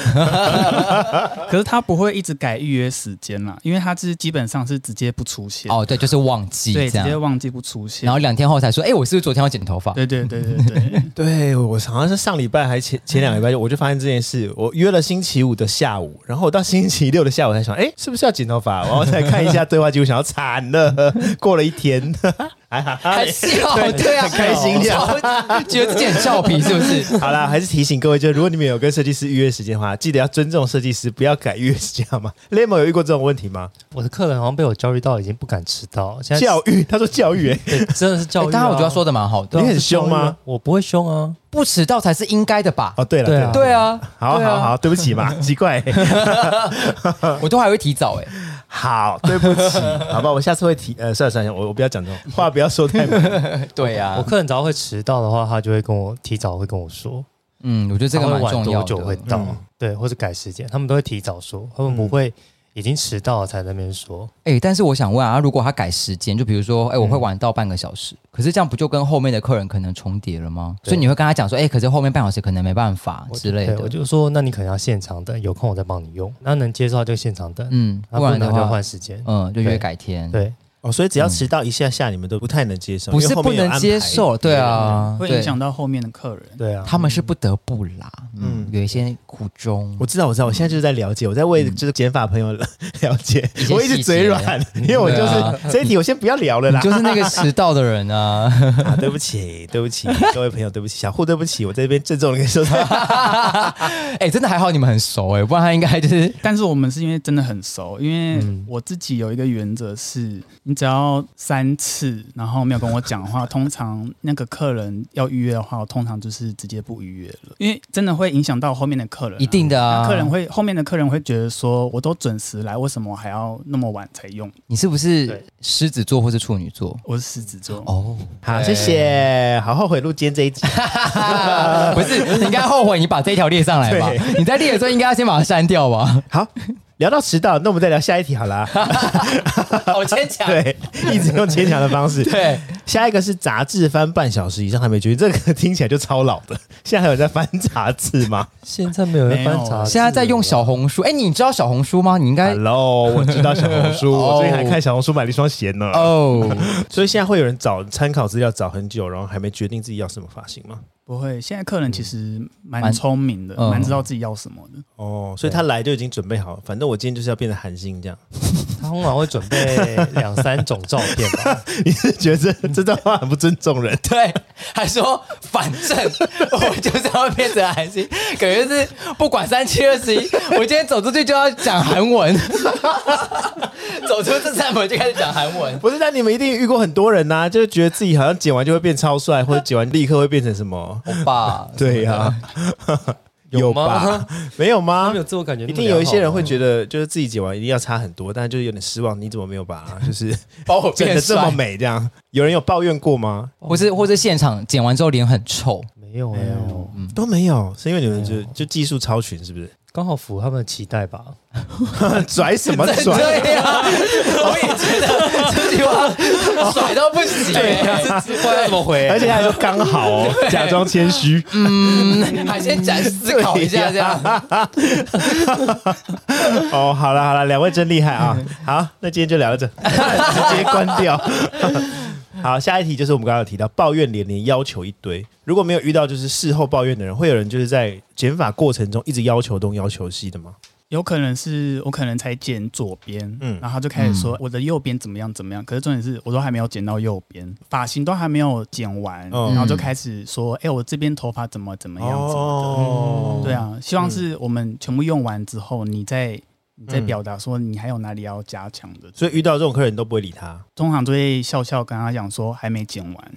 S2: 可是他不会一直改预约时间啦，因为他是基本上是直接不出现，
S3: 哦，对，就是忘记
S2: 对，
S3: 这
S2: 直接
S3: 样，
S2: 忘记不出现。
S3: 然后两天后才说，哎、我是不是昨天要剪头发？
S2: 对对对对对，
S1: 对我好像是上礼拜还前前两个礼拜，我就发现这件事。我约了星期五的下午，然后我到星期六的下午才想，哎，是不是要剪头发？然后再看一下对话记录，想要惨了， 过了一天， 还好。
S3: 还笑，对啊，
S1: 很开心这样
S3: 超 觉得自己很俏皮，是不是？
S1: 好啦，还是提醒各位，就是如果你们有跟设计师预约时间的话，记得要尊重设计师，不要改预约时间好吗？Lemo 有遇过这种问题吗？
S4: 我的客人好像被我教育到已经不敢迟到，现在
S1: 教育，他说教育、欸，
S4: 对真的是教育、
S3: 哎
S4: 啊。
S3: 当然，我觉得他说的蛮好的
S4: 对啊
S1: 你很凶吗？
S4: 是教育啊我不会凶啊，
S3: 不迟到才是应该的吧？
S1: 哦，对了，
S4: 对啊
S1: 了
S3: 对啊，
S1: 好
S3: 对啊
S1: 好好，对不起嘛， 奇怪、欸
S3: 我都还会提早哎、
S1: 好，对不起，好吧，我下次会提，呃，算了算了，我我不要讲这种话，不要说太满。
S3: 对啊，
S4: 我客人只要会迟到的话，他就会跟我提早会跟我说，
S3: 嗯，我觉得这个
S4: 他会
S3: 蛮
S4: 晚
S3: 重要
S4: 多久会
S3: 的。
S4: 到，对，或者改时间，他们都会提早说，他们不会已经迟到了才在那边说。
S3: 哎、但是我想问啊，如果他改时间，就比如说，哎、我会晚到半个小时，可是这样不就跟后面的客人可能重叠了吗？
S4: 对
S3: 所以你会跟他讲说，哎、可是后面半小时可能没办法
S4: 我
S3: 之类
S4: 对，我
S3: 的。
S4: 就说那你可能要现场等，有空我再帮你用。那能接受就现场等，
S3: 嗯，
S4: 那
S3: 不然的
S4: 能就
S3: 话，
S4: 换时间。
S3: 嗯，就约
S4: 对
S3: 改天。，
S4: 对，
S1: 哦，所以只要迟到一下下，你们都不太能接受，
S3: 嗯不
S1: 因
S3: 是
S1: 为后
S3: 不
S1: 面有
S3: 能
S1: 安
S3: 接
S1: 排
S3: 受，对，啊，
S2: 会
S3: 对
S2: 影响到后面的客人。
S4: 对啊，
S3: 他们是不得不啦，嗯
S1: 嗯，
S3: 有一些苦衷
S1: 我。知道，我知道，我现在就是在了解，我在为就是减法朋友了了解
S3: 嗯一些细，节啊
S1: 我一直嘴软，因为我就
S3: 对啊
S1: 是这一题我先不要聊了
S3: 你
S1: 啦，
S3: 就是那个迟到的人啊，
S1: 啊，对不起，对不起，各位朋友，对不起，小户，对不起，我在这边郑重的跟你说，
S3: 哎，真的还好你们很熟哎，不然他应该就是
S2: 但是我们是因为真的很熟，因为
S3: 嗯
S2: 我自己有一个原则是，你只要三次然后没有跟我讲话，通常那个客人要预约的话，我通常就是直接不预约了，因为真的会影响到后面的客人啊、
S3: 一定的啊。
S2: 那客人会后面的客人会觉得说，我都准时来，为什么我还要那么晚才用？
S3: 你是不是
S4: 对
S3: 狮子座或是处女座？
S2: 我是狮子座，
S3: 哦，
S1: 好，谢谢，好后悔录今天这一集，
S3: 不是，你应该后悔你把这一条列上 来吧？你在列的时候应该要先把它删掉吧？
S1: 好，聊到迟到，那我们再聊下一题好啦，
S3: 好牵强
S1: 对，一直用牵强的方式，
S3: 对，
S1: 下一个是杂志翻半小时以上还没决定，这个听起来就超老的。现在还有在翻杂志吗
S4: 现在没有人翻查，
S3: 现在在用小红书。哎，你知道小红书吗？你应
S1: 哎
S3: 该
S1: ？Hello，我知道小红 书，
S3: 哦
S1: 我最近还看小红书买了一双鞋呢。
S3: 哦，
S1: 所以现在会有人找参考资料找很久，然后还没决定自己要什么发型吗？
S2: 不会。现在客人其实蛮
S3: 蛮
S2: 聪明的，
S3: 嗯
S2: 蛮知道自己要什么的。
S1: 哦，所以他来就已经准备好，反正我今天就是要变成韩星这样。
S4: 他通常会准备两三种照片吧，
S1: 你是觉得这这段话很不尊重人？
S3: 对，还说反正 我就是要变成韩星，感觉是不管三七二十一，我今天走出去就要讲韩文， 走出这扇门就开始讲韩 文。
S1: 不是，但你们一定遇过很多人呐、啊就是觉得自己好 像剪完就会变超帅，或者剪完立刻会变成什么？
S3: 欧巴，
S1: 对呀、有吧
S4: 吗？？
S1: 没有
S4: 他
S1: 吗
S4: 们有？自我感觉那
S1: 一
S4: 么良
S1: 定
S4: 好吗，
S1: 有一些人会觉得，就是自己剪完一定要差很多，但就是有点失望。你怎么没有把就是
S3: 哦
S1: 把我变得这么美？这样有人有抱怨过吗？
S3: 或是或是现场剪完之后脸很臭，
S4: 没有啊嗯
S2: 没
S4: 没
S2: 有
S4: 有，
S1: 都没有，是因为你们就就技术超群，是不是？
S4: 刚好符合他们的期待吧？
S1: 拽什么拽？
S3: 对呀、我也觉得这句话甩到不行、欸，
S4: 不然怎么 回
S1: 而且他还说刚好哦，假装谦虚。
S3: 嗯，还先展思考一下这样。
S1: 哦，好了好了，两位真厉害啊！好，那今天就聊到这，直接关掉。好，下一题就是我们刚刚有提到抱怨连连，要求一堆。如果没有遇到就是事后抱怨的人，会有人就是在减法过程中一直要求东要求西的吗？
S2: 有可能是我可能才剪左边，
S1: 嗯
S2: 嗯，然后他就开始说我的右边怎么样怎么样，可是重点是我都还没有剪到右边，发型都还没有剪完，
S1: 嗯哦
S2: 然后就开始说，哎、我这边头发怎么怎么样怎么的，对啊，希望是我们全部用完之后，你再你再
S1: 嗯
S2: 表达说你还有哪里要加强的，
S1: 所以遇到这种客人你都不会理他。
S2: 通常都会笑笑跟他讲说还没剪完，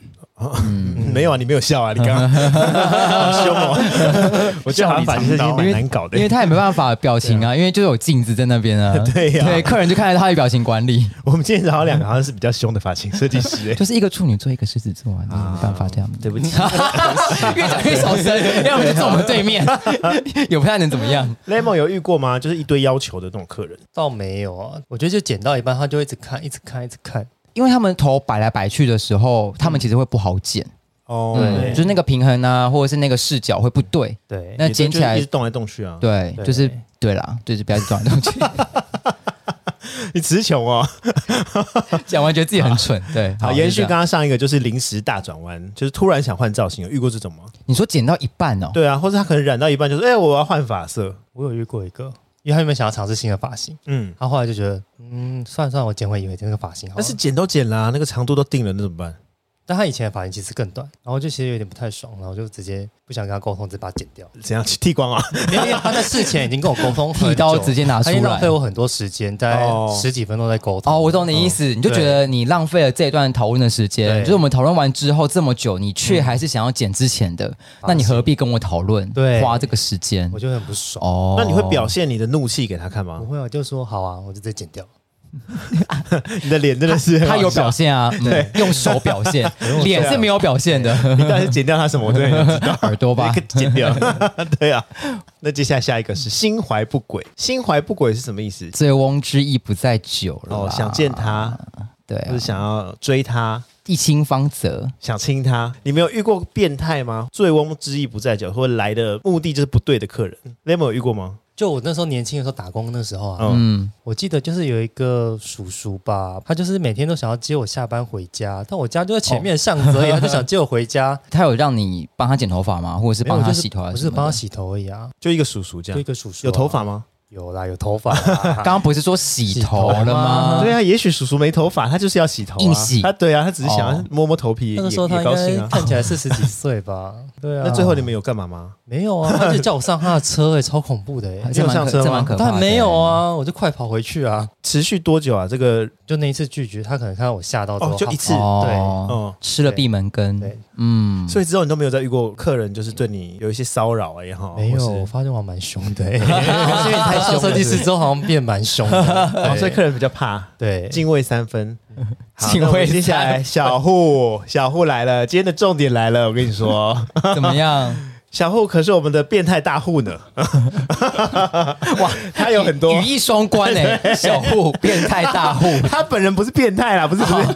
S1: 嗯没有啊，你没有笑啊，你刚 刚好凶哦。我觉得好像发型设计蛮难搞的
S3: 因。为他也没办法表情啊，因为就有镜子在那边啊。
S1: 对呀
S3: 对，客人就看得到他的表情管理，
S1: 我们今天找到两个好像是比较凶的发型设计师、 欸，
S3: 就是一个处女座，一个狮子座啊，你没办法这样。
S1: 对不起
S3: 越讲越小声，要么就坐我们对面，也不太能怎么样。
S1: ，Lemon 有遇过吗？就是一堆要求的那种客人，
S4: 倒没有啊，我觉得就剪到一半，他就一直看，一直看，一直看。
S3: 因为他们头摆来摆去的时候，他
S1: 嗯
S3: 们其实会不好剪，
S1: 哦
S3: 嗯，就是那个平衡啊，或者是那个视角会不对。
S4: 对，
S3: 那剪起
S1: 也就是
S3: 来
S1: 一直，动来动去啊。
S3: 对，
S4: 对
S3: 就是对啦，就是不要转来 动去，
S1: 你词穷哦。
S3: 讲完觉得自己很蠢。对，
S1: 好，延续
S3: 就这
S1: 刚
S3: 样
S1: 刚上一个就是临时大转弯，就是突然想换造型，有遇过这种吗？
S3: 你说剪到一半哦，
S1: 对啊，或者他可能染到一半就说：“哎、我要换发色。
S4: 我有遇过一个，因为他原本想要尝试新的发型，”
S1: 嗯，
S4: 他后来就觉得，嗯，算了算了，我剪回以为这个发型好了。
S1: 但是剪都剪啦、那个长度都定了，那怎么办？
S4: 但他以前的发型其实更短，然后就其实有点不太爽，然后就直接不想跟他沟通，直接把它剪 掉。
S1: 怎样去剃光啊？
S4: 因为他在事前已经跟我沟通很久，
S3: 剃刀直接拿出
S4: 他已经浪
S3: 来
S4: 费。我很多时间，大概
S1: 哦
S4: 十几分钟在沟通。
S3: 哦，我懂你意思，
S1: 嗯
S3: 你就觉得你浪费了这一段讨论的时间，
S4: 对
S3: 就是我们讨论完之后这么久，你却还是想要剪之前
S1: 嗯
S3: 的，那你何必跟我讨论？
S4: 对
S3: 花这个时间
S4: 我。就很不爽。
S3: 哦
S1: 那你会表现你的怒气给他看
S4: 不
S1: 吗？
S4: 会啊，就说好啊，我就直接剪掉。
S1: 你的脸真的是
S3: 他有
S1: 表
S3: 表 现啊，嗯、用手表现，脸是没有表现的，。
S1: 你到底是剪掉他什么？我真 的想知道
S3: 耳朵吧
S1: 你可以。剪掉，对啊。那接下来下一个是心怀不轨，心怀不轨是什么意思？
S3: 醉翁之意不在酒了啦，
S1: 哦，想见他，
S3: 对、
S1: 就
S3: 啊
S1: 是，想要追他，
S3: 一清方泽，
S1: 想亲他。你没有遇过变态吗？醉翁之意不在酒，或者来的目的就是不对的客人。Lemon 有遇过吗？
S4: 就我那时候年轻的时候打工那时候啊，
S1: 嗯，
S3: 嗯，
S4: 我记得就是有一个叔叔吧，他就是每天都想要接我下班回家，但我家就在前面巷子而已，他就想接我回家。
S3: 他有让你帮他剪头发吗？或者是
S4: 没有
S3: 帮他
S4: 就是
S3: 洗头还啊
S4: 不
S3: 什么
S4: 是
S3: 的
S4: 帮他洗头而已啊，
S1: 就一个叔叔这
S4: 就一
S1: 样，
S4: 个叔叔啊
S1: 有头发，吗？
S4: 有啦，有头 发啦。
S3: 刚刚不是说洗头
S4: 啊
S3: 了
S4: 洗头
S3: 吗
S4: 吗？
S1: 对啊，也许叔叔没头发，他就是要洗头啊，
S3: 嗯硬洗
S1: 他对啊，他只是想要
S3: 哦
S1: 摸摸头皮，
S4: 那个
S1: 也
S4: 时候他
S1: 也
S4: 应
S1: 高
S4: 该
S1: 兴啊。
S4: 看起来四十几岁吧？对啊。
S1: 那最后你们有干嘛吗？
S4: 没 有啊？他就叫我上他的车，哎，超恐怖的哎。
S3: 这
S1: 你有
S3: 蛮
S1: 上车
S3: 可
S1: 吗
S3: 这蛮可怕的。
S4: 但没有，啊，我就快跑回去啊！
S1: 持续多久啊？这个
S4: 就那一次拒绝，他可能看到我吓到之后，
S1: 哦就
S4: 他
S1: 一次
S3: 哦，
S1: 嗯，
S3: 吃了
S4: 对
S3: 闭门羹
S4: 对。
S3: 嗯，
S1: 所以之后你都没有再遇过客人，就是对你有一些骚扰哎哈？
S4: 哦没有，
S1: 或是
S4: 我发现我蛮凶的、欸，因为太凶，设计师之后好像变蛮凶的，
S1: 哦，所以客人比较怕，
S4: 对，
S1: 敬畏三分。好
S3: 敬畏
S1: 那我们接
S3: 三分
S1: 下来小户，小户来了，今天的重点来了，我跟你说，
S3: 怎么样？
S1: 小户可是我们的变态大户呢。哇，他有很多
S3: 语，义双关哎，小户变态大户。
S1: 他本人不是变态啦，不是不是，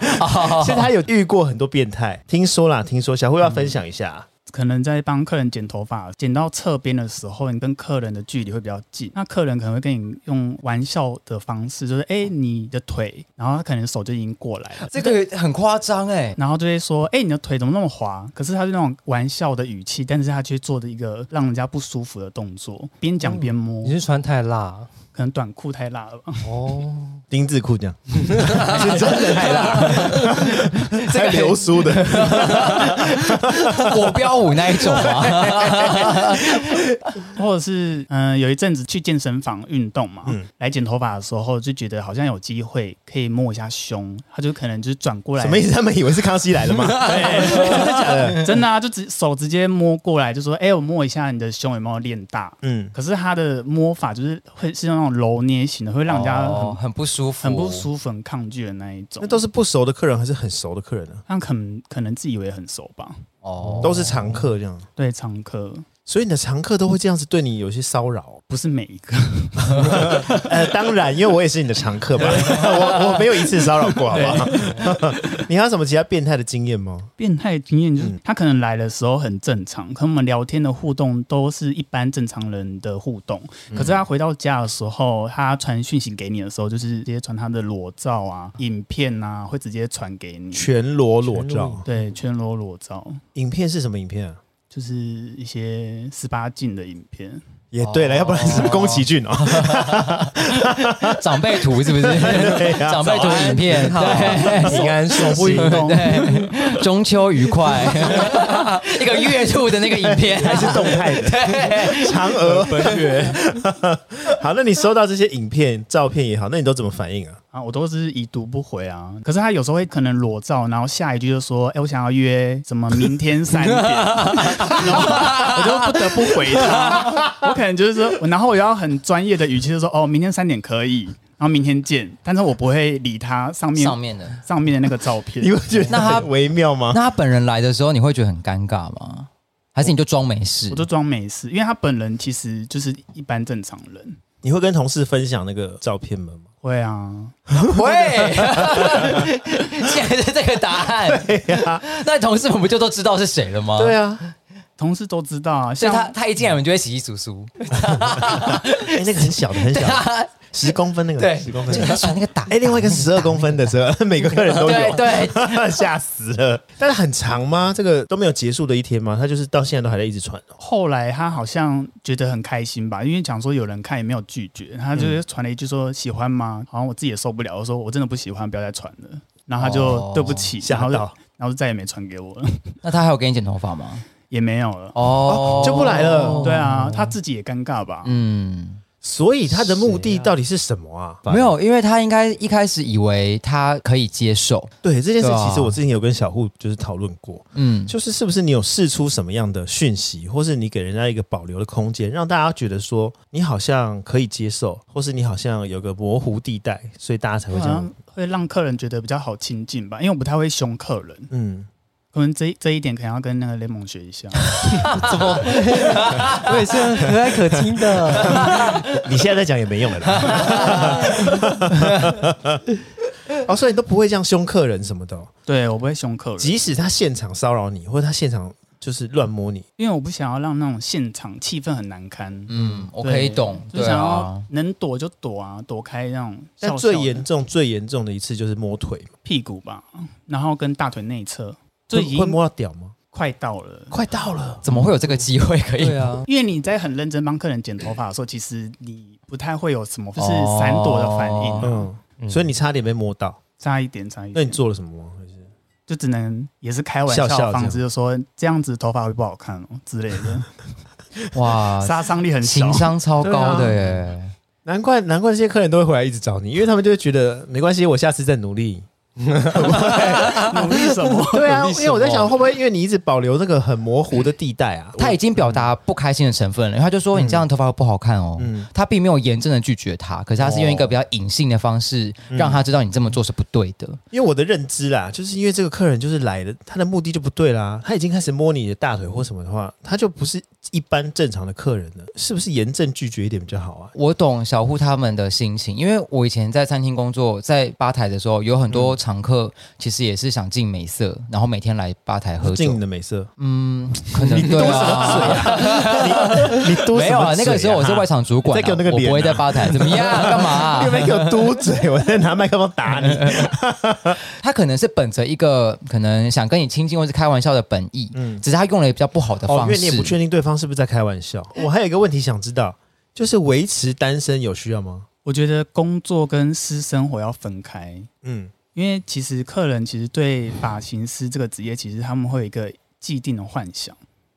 S1: 是他有遇过很多变态。听说啦，听说小户要分享一下。
S2: 可能在帮客人剪头发，剪到侧边的时候，你跟客人的距离会比较近，那客人可能会跟你用玩笑的方式，就是哎、
S1: 哦
S2: 你的腿，然后他可能手就已经过来了。
S3: 这个很夸张哎，
S2: 然后就会说：“哎、你的腿怎么那么滑？”可是他是那种玩笑的语气，但是他却做的一个让人家不舒服的动作，边讲边摸，
S1: 哦
S4: 你是穿太辣
S2: 可能短裤太辣了吧？
S4: 哦，
S1: 丁字裤这样，
S3: 是真的太辣。
S1: 还流苏的，
S3: 国标舞那一种啊吗？
S2: 或者是嗯、呃有一阵子去健身房运动嘛，
S1: 嗯
S2: 来剪头发的时候就觉得好像有机会可以摸一下胸，他就可能就是转过来，
S1: 什么意思？他们以为是康熙来了吗？真的假的？
S2: 真的啊，就直手直接摸过来，就说：“哎、我摸一下你的胸有没有练大。
S1: 嗯”，
S2: 可是他的摸法就是会是那种揉捏型的，会让人家很、
S3: 哦很不舒服，
S2: 很不舒服、很抗拒的那一种
S1: 那。都是不熟的客人还是很熟的客人呢？
S2: 他可能可能自以为很熟吧，
S3: 哦
S1: 都是常客这样，
S2: 对常客
S1: 所以你的常客都会这样子对你有些骚 扰。
S2: 不是每一个，
S1: 呃，当然，因为我也是你的常客 吧，我我没有一次骚扰过，好不好？ 你还有什么其他变态的经验吗？
S2: 变态经验，就是、
S1: 嗯
S2: 他可能来的时候很正常，可能我们聊天的互动都是一般正常人的互动。
S1: 嗯
S2: 可是他回到家的时候，他传讯息给你的时候，就是直接传他的裸照啊、影片啊，会直接传给你。
S1: 全裸裸
S4: 全
S1: 照
S4: 裸，
S2: 对，全裸裸照，
S1: 影片是什么影片啊？
S3: 哦
S2: 就是一些十八禁的影片。
S1: 也对了，
S3: 哦
S1: 要不然是宫崎骏哦。
S3: 长辈图是不是？
S1: 对啊
S3: 长辈图影片，
S4: 早
S3: 对，
S4: 平安手
S2: 不运动
S3: 对，中秋愉快， 一个月兔的那个影片， 还是动态 的， 对，
S1: 嫦娥奔月。 好，那你收到这些影片、照片也好，那你都怎么反应啊？
S2: 啊，我都是已读不回啊。可是他有时候会可能裸照，然后下一句就说：“哎、我想要约什么明天三点。”然后我就不得不回他。我可能就是说，然后我要很专业的语气就说：“哦，明天三点可以，然后明天见。”但是我不会理他上面
S3: 上面的。
S2: 上面的那个照片
S1: 你。会觉得
S3: 那他
S1: 很微妙吗？
S3: 那他本人来的时候，你会觉得很尴尬吗？还是你就装没事
S2: 我？就装没事，因为他本人其实就是一般正常人。
S1: 你会跟同事分享那个照片吗？
S2: 会啊，
S3: 会， 现在是这个答 案。那同事们不就都知道是谁了吗？
S1: 对啊，
S2: 同事都知道啊。
S3: 所
S2: 像
S3: 以他他一进来，我们就会洗洗簌簌。
S1: 哎、那个很小的，很小的，
S3: 他
S1: 十公分那个，
S3: 啊对
S1: 十公分。
S3: 就他喜欢那个打，
S1: 哎、另外一个十二公分的车， 每个客人都
S3: 对啊
S1: 有，
S3: 对，
S1: 吓死了。但是很长吗？这个都没有结束的一天吗？他就是到现在都还在一直传哦。
S2: 后来他好像觉得很开心吧，因为讲说有人看也没有拒绝，他就是传了一句说喜欢吗？好像我自己也受不了，我说我真的不喜欢，不要再传了。然后他
S3: 哦
S2: 就对不起，
S1: 吓
S2: 然后就
S1: 到
S2: 然后就再也没传给我了，
S3: 那他还有给你剪头发吗？
S2: 也没有了。
S1: 哦，
S3: 哦
S1: 就不来了
S2: 对，啊，他自己也尴尬吧？
S3: 嗯。
S1: 所以他的目的到底是什么啊？
S3: 没有，因为他应该一开始以为他可以接受，
S1: 对这件事
S3: 对，啊
S1: 其实我之前有跟小户就是讨论过，
S3: 嗯，
S1: 就是是不是你有试出什么样的讯息，或是你给人家一个保留的空间，让大家觉得说你好像可以接受，或是你好像有个模糊地带，所以大家才会
S2: 好
S1: 这样
S2: 像。会让客人觉得比较好亲近吧，因为我不太会凶客人，
S1: 嗯，
S2: 可能这这一点可能要跟那个雷蒙 学一下。
S3: 怎么会？我也是很和蔼可亲的。
S1: 你现在在讲也没用了啦。 哦，所以你都不会这样凶客人什么的哦、
S2: 对我不会凶客人，
S1: 即使他现场骚扰你，或者他现场就是乱摸你，
S2: 因为我不想要让那种现场气氛很难堪。
S3: 嗯，我
S2: 对
S3: 可以懂，
S2: 就
S3: 对
S2: 想
S3: 啊
S2: 要，能躲就躲啊，躲开那种笑笑
S1: 但
S2: 的。
S1: 最严重、最严重的一次就是摸腿嘛，
S2: 屁股吧，然后跟大腿内侧，就
S1: 会
S2: 已
S1: 会
S2: 经
S1: 摸到屌吗？
S2: 快到了。
S1: 快到了，
S3: 怎么会有这个机会可以？
S4: 对啊，
S2: 因为你在很认真帮客人剪头发的时候，其实你不太会有什么就是
S3: 哦
S2: 闪躲的反应、
S1: 嗯，所以你差点被摸到，
S2: 差一点，差一
S1: 那你
S2: 点，
S1: 做了什么吗？
S2: 就只能也是开玩笑
S1: 笑笑这样
S2: 的方式，就说这样子头发会不好看哦之类 的，
S3: 哇，
S2: 杀伤力很小
S3: 啊情。商超高的耶。
S1: 难怪难怪这些客人都会回来一直找你，因为他们就会觉得没关系，我下次再努力。
S2: 努力什么？
S1: 对 啊，
S3: 努
S1: 因
S3: 力什么
S1: 为我在想会不会因为你一直保留那个很模糊的地带啊，
S3: 他已经表达不开心的成分了，他就说你这样头发会不好看哦。
S1: 嗯
S3: 他并没有严正的拒绝他，可是他是用一个
S1: 哦
S3: 比较隐性的方式让他知道你这么做是不对的。
S1: 因为我的认知啦，就是因为这个客人就是来的，他的目的就不对啦，他已经开始摸你的大腿或什么的话，他就不是一般正常的客人了，是不是严正拒绝一点比较好啊？
S3: 我懂小户他们的心情，因为我以前在餐厅工作，在吧台的时候，有很多常客其实也是想进美色，然后每天来吧台喝
S1: 进
S3: 酒
S1: 你。的美色，
S3: 嗯，可 能对啊，
S1: 你 嘟
S3: 没有啊，那个时候我是外场主管啊、
S1: 再给我那个脸啊
S3: 不会在吧台，怎么样？干嘛 啊、
S1: 又没给我嘟嘴，我在拿麦克风打你。
S3: 他可能是本着一个可能想跟你亲近或是开玩笑的本意，
S1: 嗯，
S3: 只是他用了比较不 好的
S1: 哦，因
S3: 方
S1: 为你也不
S3: 式。嗯
S1: 确定对方是不是在开玩笑。我还有一个问题想知道，就是维持单身有需要吗？
S2: 我觉得工作跟私生活要分开，
S1: 嗯，
S2: 因因为其实客人其实对发型师这个职业，其实他们会有一个既定的幻想，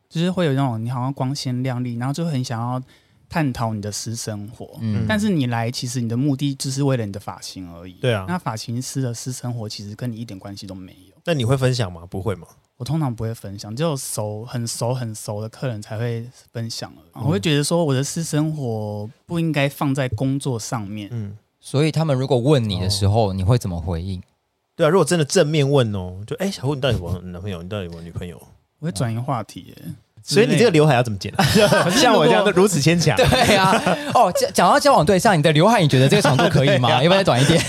S2: 就是会有那种你好像光鲜亮丽，然后就很想要探讨你的私生活。
S3: 嗯，
S2: 但是你来，其实你的目的就是为了你的发型而已。
S1: 对啊
S2: 那发型师的私生活其实跟你一点关系都没有。
S1: 那你会分享吗？不会吗？
S2: 我通常不会分享，只有熟、很熟、很熟的客人才会分享而
S1: 哦
S2: 已我会觉得说，我的私生活不应该放在工作上面。
S1: 嗯，
S3: 所以他们如果问你的时候，你会怎么回应？
S1: 对啊。如果真的正面问哦，就哎、小胡，你到底有没有男朋友？你到底有没有女朋友？
S2: 我会转移话题耶、
S1: 所以你这个刘海要怎么剪？啊 像我这样都如此牵强。
S3: 对呀、哦，讲讲到交往对象，你的刘海，你觉得这个长度可以吗？要不要再短一点？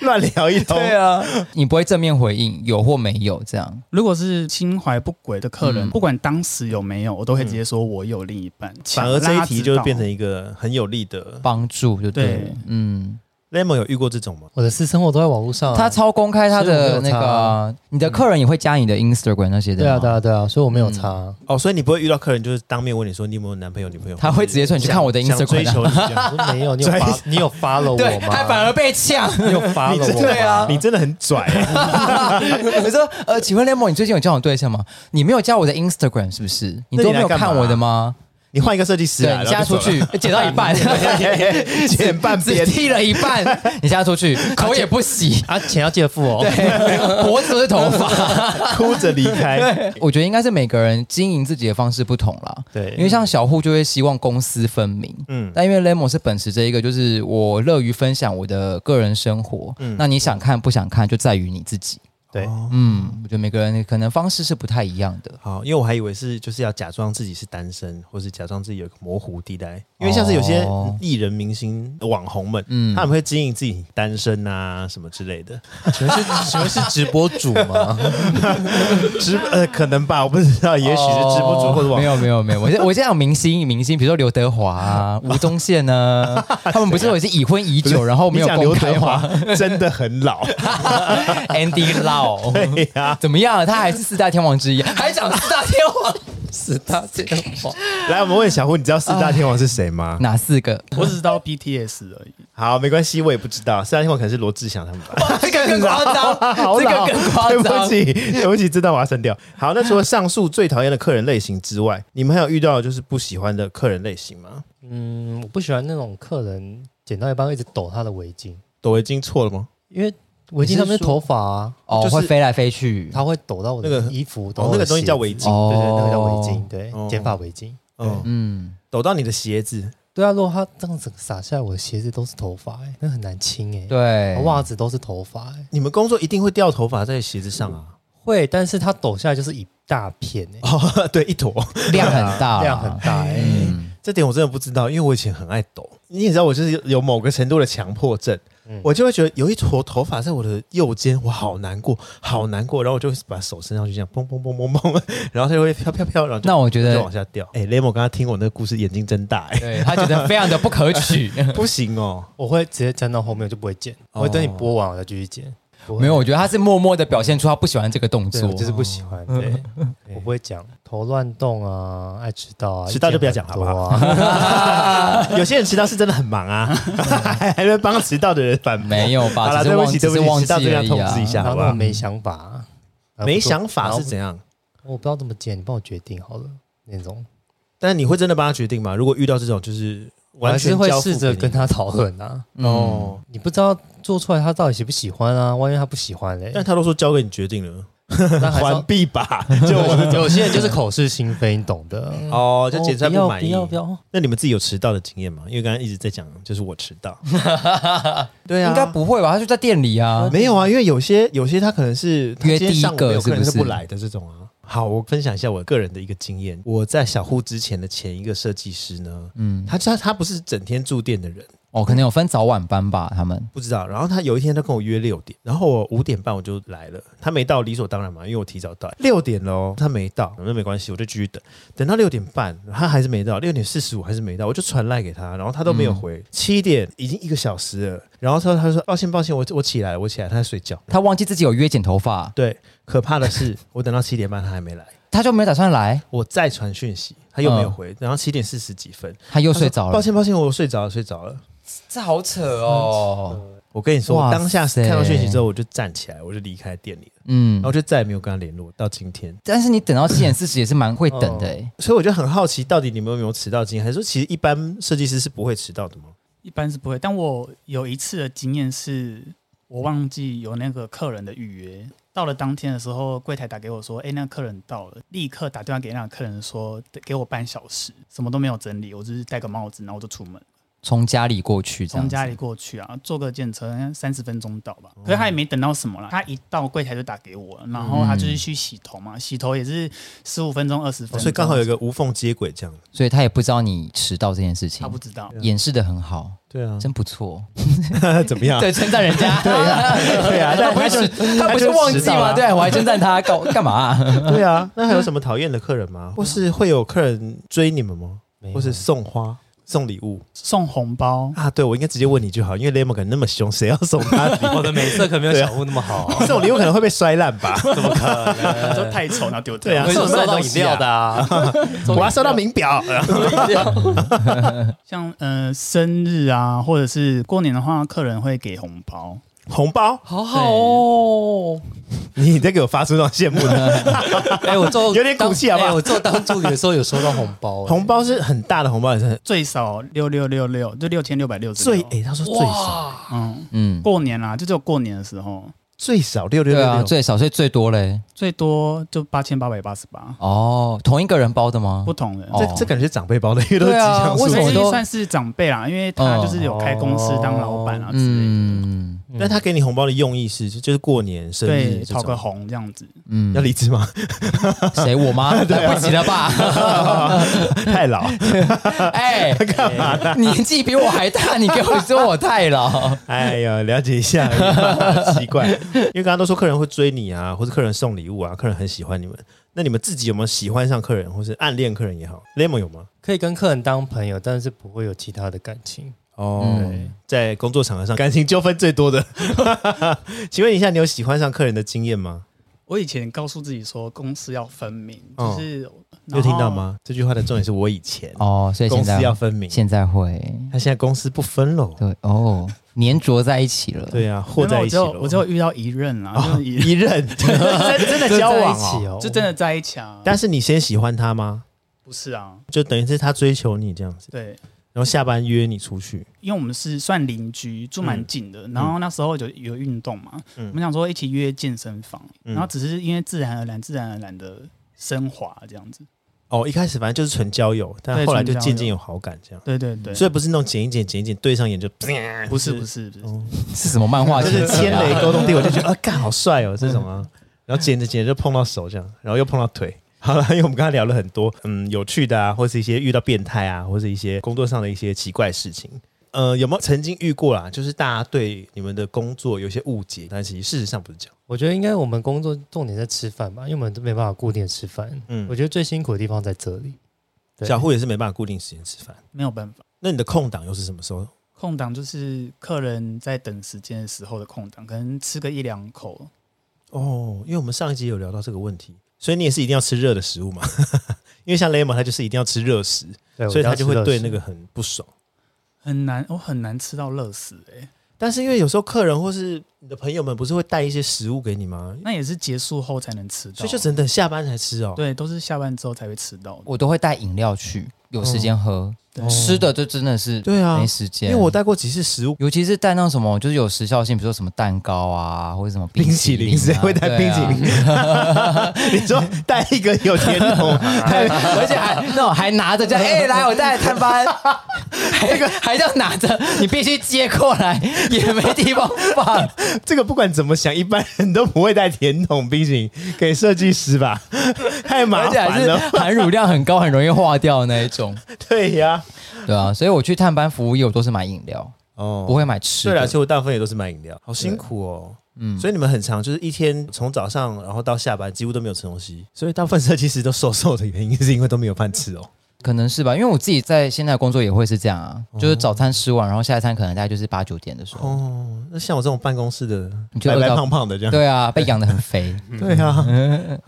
S1: 乱聊一通。
S3: 啊，你不会正面回应有或没有这样。
S2: 如果是心怀不轨的客人，
S3: 嗯
S2: 不管当时有没有，我都会直接说我有另一半。
S1: 嗯反而这一题就
S2: 会
S1: 会变成一个很有利的。
S3: 帮助就对了
S2: 对
S3: 嗯，
S1: Lemon 有遇过这种吗？
S4: 我的私生活都在网络上啊、
S3: 他超公开他的
S4: 所
S3: 那
S4: 以我没
S3: 个
S4: 有差啊
S3: 啊，你的客人也会加你的 Instagram 那些的，
S4: 对啊对，啊对啊，所以我没有查、
S1: 哦，所以你不会遇到客人就是当面问你说你有没有男朋友、女朋友？
S3: 他会直接说你去看我的
S1: 想
S3: Instagram 啊
S1: 追求你这 样。
S4: 我说没有，你有 发你有发了
S3: 对
S4: 啊我，
S3: 还反
S4: 吗？
S3: 而被呛。
S4: 你有发
S1: 你
S4: 了
S1: 真
S4: 我吗？
S1: 的啊
S3: 啊
S1: 你真的很 拽、
S3: 我说，呃，请问 Lemon，你最近有交往对象吗？你没有加我的 Instagram 是不是？你
S1: 那你
S3: 都没有
S1: 来干嘛
S3: 看我的吗？
S1: 你换一个设计师
S3: 对，
S1: 啊，
S3: 你
S1: 然
S3: 现在
S1: 后
S3: 出
S1: 就走了
S3: 去，哎剪到一半，
S1: 剪半
S3: 只
S1: 边，
S3: 剃了一半，你现在出 去，头也不洗，
S4: 啊，钱要借付哦。
S3: 对， 脖子都是头发。
S1: 哭着离开。
S3: 我觉得应该是每个人经营自己的方式不同啦，
S1: 对
S3: 因为像小户就会希望公私分明，
S1: 嗯，
S3: 但因为 Lemon 是秉持这一个，就是我乐于分享我的个人生活，
S1: 嗯
S3: 那你想看不想看就在于你自己。
S4: 对
S3: 嗯，我觉得每个人可能方式是不太一样 的。
S1: 好，因为我还以为是就是要假装自己是单身，或是假装自己有个模糊地带，因为像是有些
S3: 哦
S1: 艺人、明星、网红们，
S3: 嗯
S1: 他们会经营自己单身啊什么之类的。
S4: 请问是请问是直播主吗？
S1: 直呃，可能吧，我不知 道，也许是直播主或者
S3: 哦
S1: 网
S3: 没有没有没有，我现我现在有明星明星，比如说刘德 华、啊、吴宗宪呢，他们不是有些已婚已
S1: 不是
S3: 久，然后没有
S1: 你讲啊
S3: 公
S1: 刘
S3: 开
S1: 德
S3: 吗
S1: 华 真的很 老，
S3: ？Andy Lau，
S1: 对呀。
S3: 怎么样？他还是四大天王之一，还讲四大天王，四大天王
S1: 来，我们问小胡，你知道四
S3: 啊
S1: 大天王是谁吗？
S3: 哪四个？
S2: 我只知道 BTS 而已。
S1: 好，没关系，我也不知道，四大天王可能是罗志祥他们吧。
S3: 这个更夸张，
S1: 好
S3: 这
S1: 老，
S3: 个更夸
S1: 对不
S3: 张。
S1: 起，对不起，知道我要删掉。好，那除了上述最讨厌的客人类型之外，你们还有遇到就是不喜欢的客人类型吗？
S4: 嗯，我不喜欢那种客人剪到一半会一直抖他的围巾，
S1: 抖围巾错了吗？
S4: 因为围巾上面是头发啊，
S3: 哦，
S1: 就是
S3: 会飞来飞去，
S4: 他会抖到我
S1: 那
S4: 的
S1: 个
S4: 衣服，
S1: 哦
S4: 抖到，我
S1: 嗯那
S4: 的
S1: 个东西
S4: 鞋
S1: 叫
S4: 子
S1: 围巾，
S3: 哦
S4: 对对，那个叫围巾，对，
S1: 哦
S4: 剪发围巾。
S1: 嗯，
S3: 嗯，
S1: 抖到你的鞋子，
S4: 对啊，如果他这样子撒下来，我的鞋子都是头发，哎，那很难清哎。
S3: 对，
S4: 袜子都是头发，哎，
S1: 你们工作一定会掉头发在鞋子上啊？
S4: 会，但是它抖下来就是一大片哎，
S1: 哦，对，一坨。
S3: 量很大，
S1: 啊
S4: 量很大哎。
S3: 嗯，
S1: 这点我真的不知道，因为我以前很爱抖，你也知道我就是有某个程度的强迫症，
S4: 嗯
S1: 我就会觉得有一坨头发在我的右肩，我好难过，好难过，然后我就会把手伸上去，这样砰砰砰砰砰，然后它就会飘飘飘，然后就
S3: 那我觉
S1: 就
S3: 得
S1: 往下掉。哎、雷蒙刚刚听我那个故事，眼睛睁大、哎，
S3: 对他觉得非常的不可取。
S1: 不行 哦，
S4: 我会直接粘到后面，我就不会剪，我会等你播完我再继续剪。不会
S3: 没有，，我觉得他是默默的表现出他不喜欢这个动
S4: 对
S3: 作
S1: 啊
S4: 我。就是不喜
S1: 嗯
S4: 欢。对，我不会讲头乱动啊，爱迟到啊，
S1: 迟到就 不要讲
S4: 意见很多啊。
S1: 有些人迟到是真的很忙啊，还还能帮迟到的人反驳。
S3: 没有吧？
S1: 好了，
S3: 啊只
S1: 对
S3: 是
S1: 不
S3: 忘
S1: 起，
S3: 记，
S1: 对
S3: 只
S1: 不
S3: 是
S1: 起，
S3: 忘
S1: 迟到
S3: 记
S1: 这
S3: 而
S1: 样
S3: 已
S1: 通
S3: 啊
S1: 知一下，
S4: 然
S1: 好
S4: 后
S1: 不
S4: 我
S1: 好？
S4: 没想法，啊
S1: 没想法是，
S4: 不做
S1: 怎样？
S4: 然后我不知道怎么剪，你帮我决定好了那种。
S1: 但你会真的帮他决定吗？如果遇到这种，就是
S4: 我还
S1: 完
S4: 是
S1: 全
S4: 会
S1: 交付
S4: 试着
S1: 给你
S4: 跟他讨论啊，
S3: 哦，
S1: 哦，
S4: 你不知道做出来他到底喜不喜欢啊？万一他不喜欢嘞，
S1: 但他都说交给你决定了，
S4: 那还是
S1: 还
S4: 要
S1: 币吧。 就我
S4: 有有些人就是口是心非，你懂的。
S1: 哦，就检查
S4: 不要
S1: 满意。
S4: 不要不 要，
S1: 那你们自己有迟到的经验吗？因为刚刚一直在讲，就是我迟 到。对啊，
S3: 应该不会吧？他就在店里啊。
S1: 没有啊，因为有些有些他可能是他
S3: 约
S1: 今天
S3: 第一
S1: 上午
S3: 个
S1: 没有
S3: 是
S1: 客人
S3: 不
S1: 是不
S3: 是
S1: 来的这种啊。好，我分享一下我个人的一个经验。我在小户之前的前一个设计师呢，
S3: 嗯，
S1: 他他他不是整天住店的人，
S3: 哦，可能有分早晚班吧，他们。
S1: 不知道。然后他有一天他跟我约六点，然后我五点半我就来了，他没到理所当然嘛，因为我提早到六点喽，他没到，那没关系，我就继续等，等到六点半他还是没到，六点四十五还是没到，我就传赖给他，然后他都没有
S3: 嗯
S1: 回，七、点已经一个小时了，然后他他就说哦抱歉抱歉，我我起来了，我起来了，他在睡觉。
S3: 他忘记自己有约剪头发，
S1: 对，可怕的是，我等到七点半他还没来，
S3: 他就没有打算来，
S1: 我再传讯息，他又没有回，然后七点四十几分
S3: 嗯他又
S1: 又
S3: 睡着了
S1: 抱。歉抱歉，我睡着了睡着了。
S3: 这好扯哦！
S1: 我跟你说，
S3: 哇
S1: 我当下
S3: 塞
S1: 看到讯息之后，我就站起来，我就离开店里了，
S3: 嗯
S1: 然后，就再也没有跟他联络到今天。
S3: 但是你等到七点四十也是蛮会等的、欸，
S1: 所以我就很好奇，到底你们有没有迟到经验？还是说其实一般设计师是不会迟到的吗？
S2: 一般是不会。但我有一次的经验是，我忘记有那个客人的预约，到了当天的时候，柜台打给我说：“哎、那个客人到了。”立刻打电话给那个客人说：“给我半小时，什么都没有整理，我就是戴个帽子，然后我就出门，
S3: 从家里过去这样
S2: 从
S3: 子，
S2: 家里过去啊，坐个电车三十分钟到
S1: 哦
S2: 吧。”可是他也没等到什么啦，他一到柜台就打给我了，然
S1: 嗯
S2: 后他就是去洗头嘛，洗头也是十五分钟、二十分钟，
S1: 哦所以刚好有一个无缝接轨这样。
S3: 所以他也不知道你迟到这件事情
S2: 他，不知道。
S3: 掩饰的很好，
S1: 对啊，
S3: 真不错。
S1: 怎么样？
S3: 对，称赞人家， 对啊，
S1: 对 啊，
S3: 他
S1: 但
S3: 不
S1: 他就是
S3: 他 不是
S1: 就
S3: 忘
S1: 迟
S3: 记
S1: 到
S3: 吗？
S1: 啦
S3: 对，啊我还称赞他， 搞干嘛啊、
S1: 对啊，那还有什么讨厌的客人吗？或是会有客人追你们吗？
S4: 没有
S1: 或
S3: 啊
S1: 是送花、送礼物
S2: 送红包，
S1: 啊？对，我应该直接问你就好，因为 Lemon 可能那么凶，谁要送他 礼物？
S4: 我的美色可没有小屋那么好、
S1: 这种礼物可能会被摔烂 吧？
S2: 就太丑，然后丢掉。
S1: 对啊
S4: 我是收到饮料的啊，
S1: 我要收到名表。
S3: 啊
S2: 像呃生日啊，或者是过年的话，客人会给红包。
S1: 红包，
S3: 好好哦，
S1: 你在给我发出那种羡慕 的
S4: 哎，我做
S1: 有点骨气好不好
S4: 哎我做当助理的时候有收到 红包，哎
S1: 红包是很大的红包，还是很
S2: 最少六六六六，就六千六百六十
S1: 最诶，他说最少
S4: 哇，
S2: 嗯，
S3: 嗯，
S2: 过年啦、就只有过年的时候，
S1: 最少六六
S3: 对
S1: 六
S3: 啊，
S1: 六，
S3: 最少所以最多嘞。
S2: 最多就八千八百八十八，
S3: 哦，同一个人包的吗
S2: 不？同的。
S3: 哦
S1: 这这感觉是长辈包的，因为都是吉
S3: 对啊
S1: 祥
S3: 为
S1: 数
S3: 什么。
S2: 但是
S3: 都
S2: 算是长辈啦，因为他
S1: 哦
S2: 就是有开公司当老板啊之类的，
S3: 嗯
S1: 但他给你红包的用意是，就就是过年、生日
S2: 对，
S1: 这
S2: 讨个
S1: 种。
S2: 红这样子。
S3: 嗯
S1: 要离职 吗？
S3: 谁我 吗？来不及了吧？
S1: 太老，
S3: 哎，干嘛？年纪比我还大，你给我说我太老？
S1: 哎呀，了解一下 而已，奇怪。因为刚刚都说客人会追你啊，或者客人送礼物啊，客人很喜欢你们。那你们自己有没有喜欢上客人，或是暗恋客人也好？Lemon 有吗？
S4: 可以跟客人当朋友，但是不会有其他的感 情。
S1: 哦，
S3: 嗯，
S1: 在工作场合上感情纠纷最多 的，请问一下，你有喜欢上客人的经验吗？
S2: 我以前告诉自己说，公司要分明，
S1: 哦
S2: 就是
S1: 有听到？吗？这句话的重点是我以前
S3: 哦，所以
S1: 公
S3: 现
S1: 司要
S3: 在
S1: 分明，
S3: 现在会
S1: 他现在公司不分喽。
S3: 对哦，粘着在一起了。
S1: 对啊，
S2: 然后
S1: 和
S2: 没有
S1: 在
S2: 我
S1: 一起哦
S2: 只有
S1: 喽。
S2: 我只有遇到一任啦，就是一任
S1: 一任真 真的交往
S4: 在一起
S1: 哦。
S4: 哦，
S2: 就真的在一起啊。
S1: 但是你先喜欢他吗？
S2: 不是啊，
S1: 就等于是他追求你这样子，
S2: 对，
S1: 然后下班约你出去。
S2: 因为我们是算邻居，住蛮近的。然后那时候就有运动嘛，
S1: 嗯
S2: 我们想说一起约健身房，
S1: 嗯
S2: 然后只是因为自然而然、自然而然的升华这样子。
S1: 哦，一开始反正就是纯交友，但
S2: 对
S1: 后来就
S2: 纯交友
S1: 渐渐有好感这样。
S2: 对对对，
S1: 所以不是那种剪一剪、剪一剪，对上眼就，
S2: 不是不是不是，
S1: 哦
S3: 是什么漫画
S1: 就
S3: 情
S1: 是
S3: 节啊？
S1: 千雷勾动地，我就觉得啊，干好帅哦，这种啊。然后剪着剪着就碰到手这样，然后又碰到腿。好了，因为我们刚才聊了很多，嗯，有趣的啊，或是一些遇到变态啊，或是一些工作上的一些奇怪事情。呃，有没有曾经遇过啦？就是大家对你们的工作有一些误解，但其实事实上不是这样。
S4: 我觉得应该我们工作重点在吃饭吧，因为我们都没办法固定吃饭。
S1: 嗯
S4: 我觉得最辛苦的地方在这里。对
S1: 小户也是没办法固定时间吃饭。
S2: 没有办法。
S1: 那你的空档又是什么时候？
S2: 空档就是客人在等时间的时候的空档，可能吃个一两口，
S1: 哦，因为我们上一集有聊到这个问题，所以你也是一定要吃热的食物嘛。 因为像 Lemon 他就是一定要吃热食，
S4: 对，
S1: 所以他就会对那
S4: 个。
S1: 个很不爽。
S2: 很难，我很难吃到热死哎、欸
S1: 但是因为有时候客人或是你的朋友们不是会带一些食物给你吗？
S2: 那也是结束后才能吃到，
S1: 所以就只能等下班才吃哦。
S2: 对，都是下班之后才会吃到的。
S3: 我都会带饮料去，有时间喝。
S2: 对
S3: 吃的就真的是
S1: 对啊
S3: 没时间，
S1: 因为我带过几次食物，
S3: 尤其是带那种什么，就是有时效性，比如说什么蛋糕啊，或者什么
S1: 冰淇
S3: 淇
S1: 淋谁
S3: 啊
S1: 会带冰淇淋？
S3: 对啊
S1: 你 说带一个有甜筒，
S3: 还 而且还那种还拿着这 样，哎、来我带来探班，这个 还这样拿着，你必须接过来，也没地方 放。
S1: 这个不管怎么想，一般人都不会带甜筒冰淇淋给设计师 吧？太麻
S3: 而且还
S1: 烦
S3: 是
S1: 了。
S3: 含乳量很高，很容易化掉的那一种。
S1: 对呀、
S3: 对啊，所以我去探班服务业，我都是买饮料，
S1: 哦
S3: 不会买吃
S1: 对啦，
S3: 的
S1: 其。实我大部分也都是买饮料，好辛苦哦。嗯，所以你们很长，就是一天从早上然后到下班，几乎都没有吃东西。所以大部分设计师都瘦瘦的原因，是因为都没有饭吃哦。
S3: 可能是吧，因为我自己在现在工作也会是这样啊，就是早餐吃完，然后下一餐可能大概就是八九点的时候。
S1: 哦， 那像我这种办公室的，
S3: 你就
S1: 白白
S3: 饿到
S1: 胖 胖的这样，
S3: 对啊，被养得很肥。
S1: 对 啊，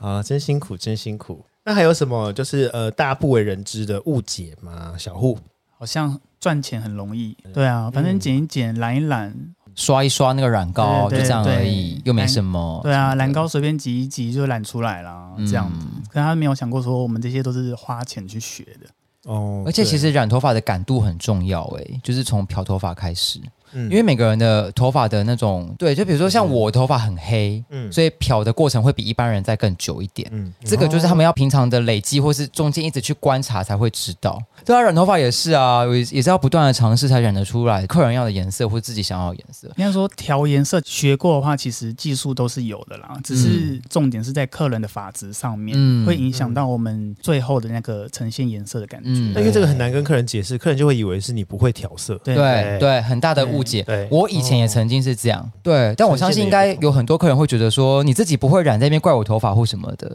S1: 啊，真辛苦，真辛苦。那还有什么就是呃，大家不为人知的误解吗？小户
S2: 好像赚钱很容易，对啊，反正剪一剪、染一染，
S3: 刷一刷那个染膏，
S2: 对
S3: 就这样
S2: 对
S3: 而已，又没什么。
S2: 对啊，染膏随便挤一挤就染出来啦，这样子。可是他没有想过说，我们这些都是花钱去学的。
S1: 哦
S3: 而且其
S1: 对
S3: 实染头发的感度很重要、欸，诶，就是从漂头发开始，
S1: 嗯
S3: 因为每个人的头发的那种，对，就比如说像我头发很黑，
S1: 嗯
S3: 所以漂的过程会比一般人再更久一点。
S1: 嗯
S3: 这个就是他们要平常的累积，或是中间一直去观察才会知道。对啊，染头发也是啊，也也是要不断的尝试才染得出来客人要的颜色或自己想要的颜色。
S2: 应该说调颜色学过的话，其实技术都是有的啦，只是重点是在客人的发质上面，
S3: 嗯
S2: 会影响到我们最后的那个呈现颜色的感觉。
S3: 嗯
S1: 那因为这个很难跟客人解释，客人就会以为是你不会调色。
S2: 对
S3: 对
S4: 对
S3: 对，很大的误解
S4: 对。
S3: 我以前也曾经是这样，对，但我相信应该有很多客人会觉得说，你自己不会染，在那边怪我头发或什么的，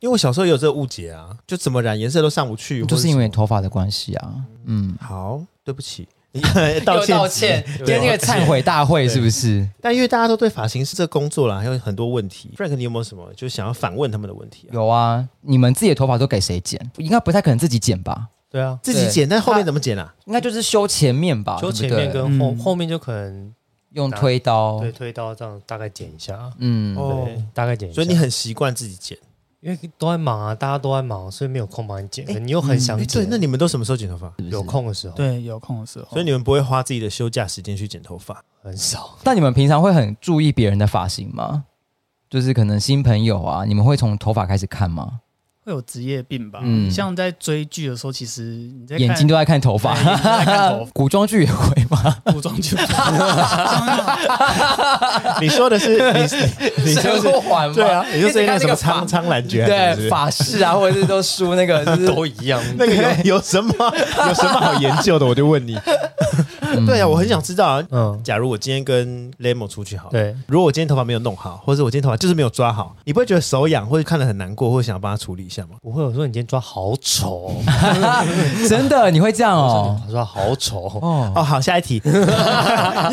S1: 因为我小时候也有这个误解啊，就怎么染颜色都上不去，
S3: 就是因
S1: 为
S3: 为头发的关系啊。嗯，
S1: 好，对不起，
S3: 又
S1: 道歉
S3: 道歉，
S1: 对
S3: 今天这个忏悔大会是不是？
S1: 但因为大家都对发型师这工作啦，还有很多问题，Frank，你有没有什么就想要反问他们的问题啊？
S3: 有啊，你们自己的头发都给谁剪？应该不太可能自己剪吧？
S4: 对啊，
S1: 自己剪，但后面怎么剪啊？
S3: 应该就是修前面吧，
S4: 就
S3: 对
S4: 前
S3: 不对
S4: 面跟后
S2: 嗯
S4: 后面就可能
S3: 用推刀
S4: 对，推刀这样大概剪一下，
S3: 嗯，
S1: 哦
S4: 对，大概剪一下。
S1: 所以你很习惯自己剪。
S4: 因为都在忙啊，大家都在忙，所以没有空帮你剪。可你又很想
S1: 哎，对，
S4: 剪，
S1: 那你们都什么时候剪头发？
S3: 哦
S4: 有空的时候
S2: 对，有空的时候。
S1: 所以你们不会花自己的休假时间去剪头发？
S4: 很少。
S3: 但你们平常会很注意别人的发型吗？就是可能新朋友啊，你们会从头发开始看吗？
S2: 会有职业病吧？
S3: 嗯
S2: 像在追剧的时候，其实你在看
S3: 眼睛都在看头发
S2: 对眼睛都在看头，
S3: 古装剧也会 吗？
S2: 古装剧，
S1: 你说的 是你， 你就
S3: 生
S1: 是
S3: 活环吗
S1: 对啊，你就是那个什么
S3: 一直看那
S1: 苍
S3: 个
S1: 苍兰诀还是什么，
S3: 对发饰啊，或者是都梳那个，就是
S4: 都一样，
S1: 那个有有什么有什么好研究的？我就问你。 对啊，我很想知道啊。
S4: 嗯，
S1: 假如我今天跟 Lemo 出去好了，
S4: 对，
S1: 如果我今天头发没有弄好，或者我今天头发就是没有抓好，你不会觉得手痒，或者看得很难过，或者想要帮他处理一下吗？
S4: 不会。我说你今天抓好丑 哦，
S3: 真的，你会这样哦？
S4: 他说好丑哦，
S3: 哦，
S1: 哦，好，下一题，因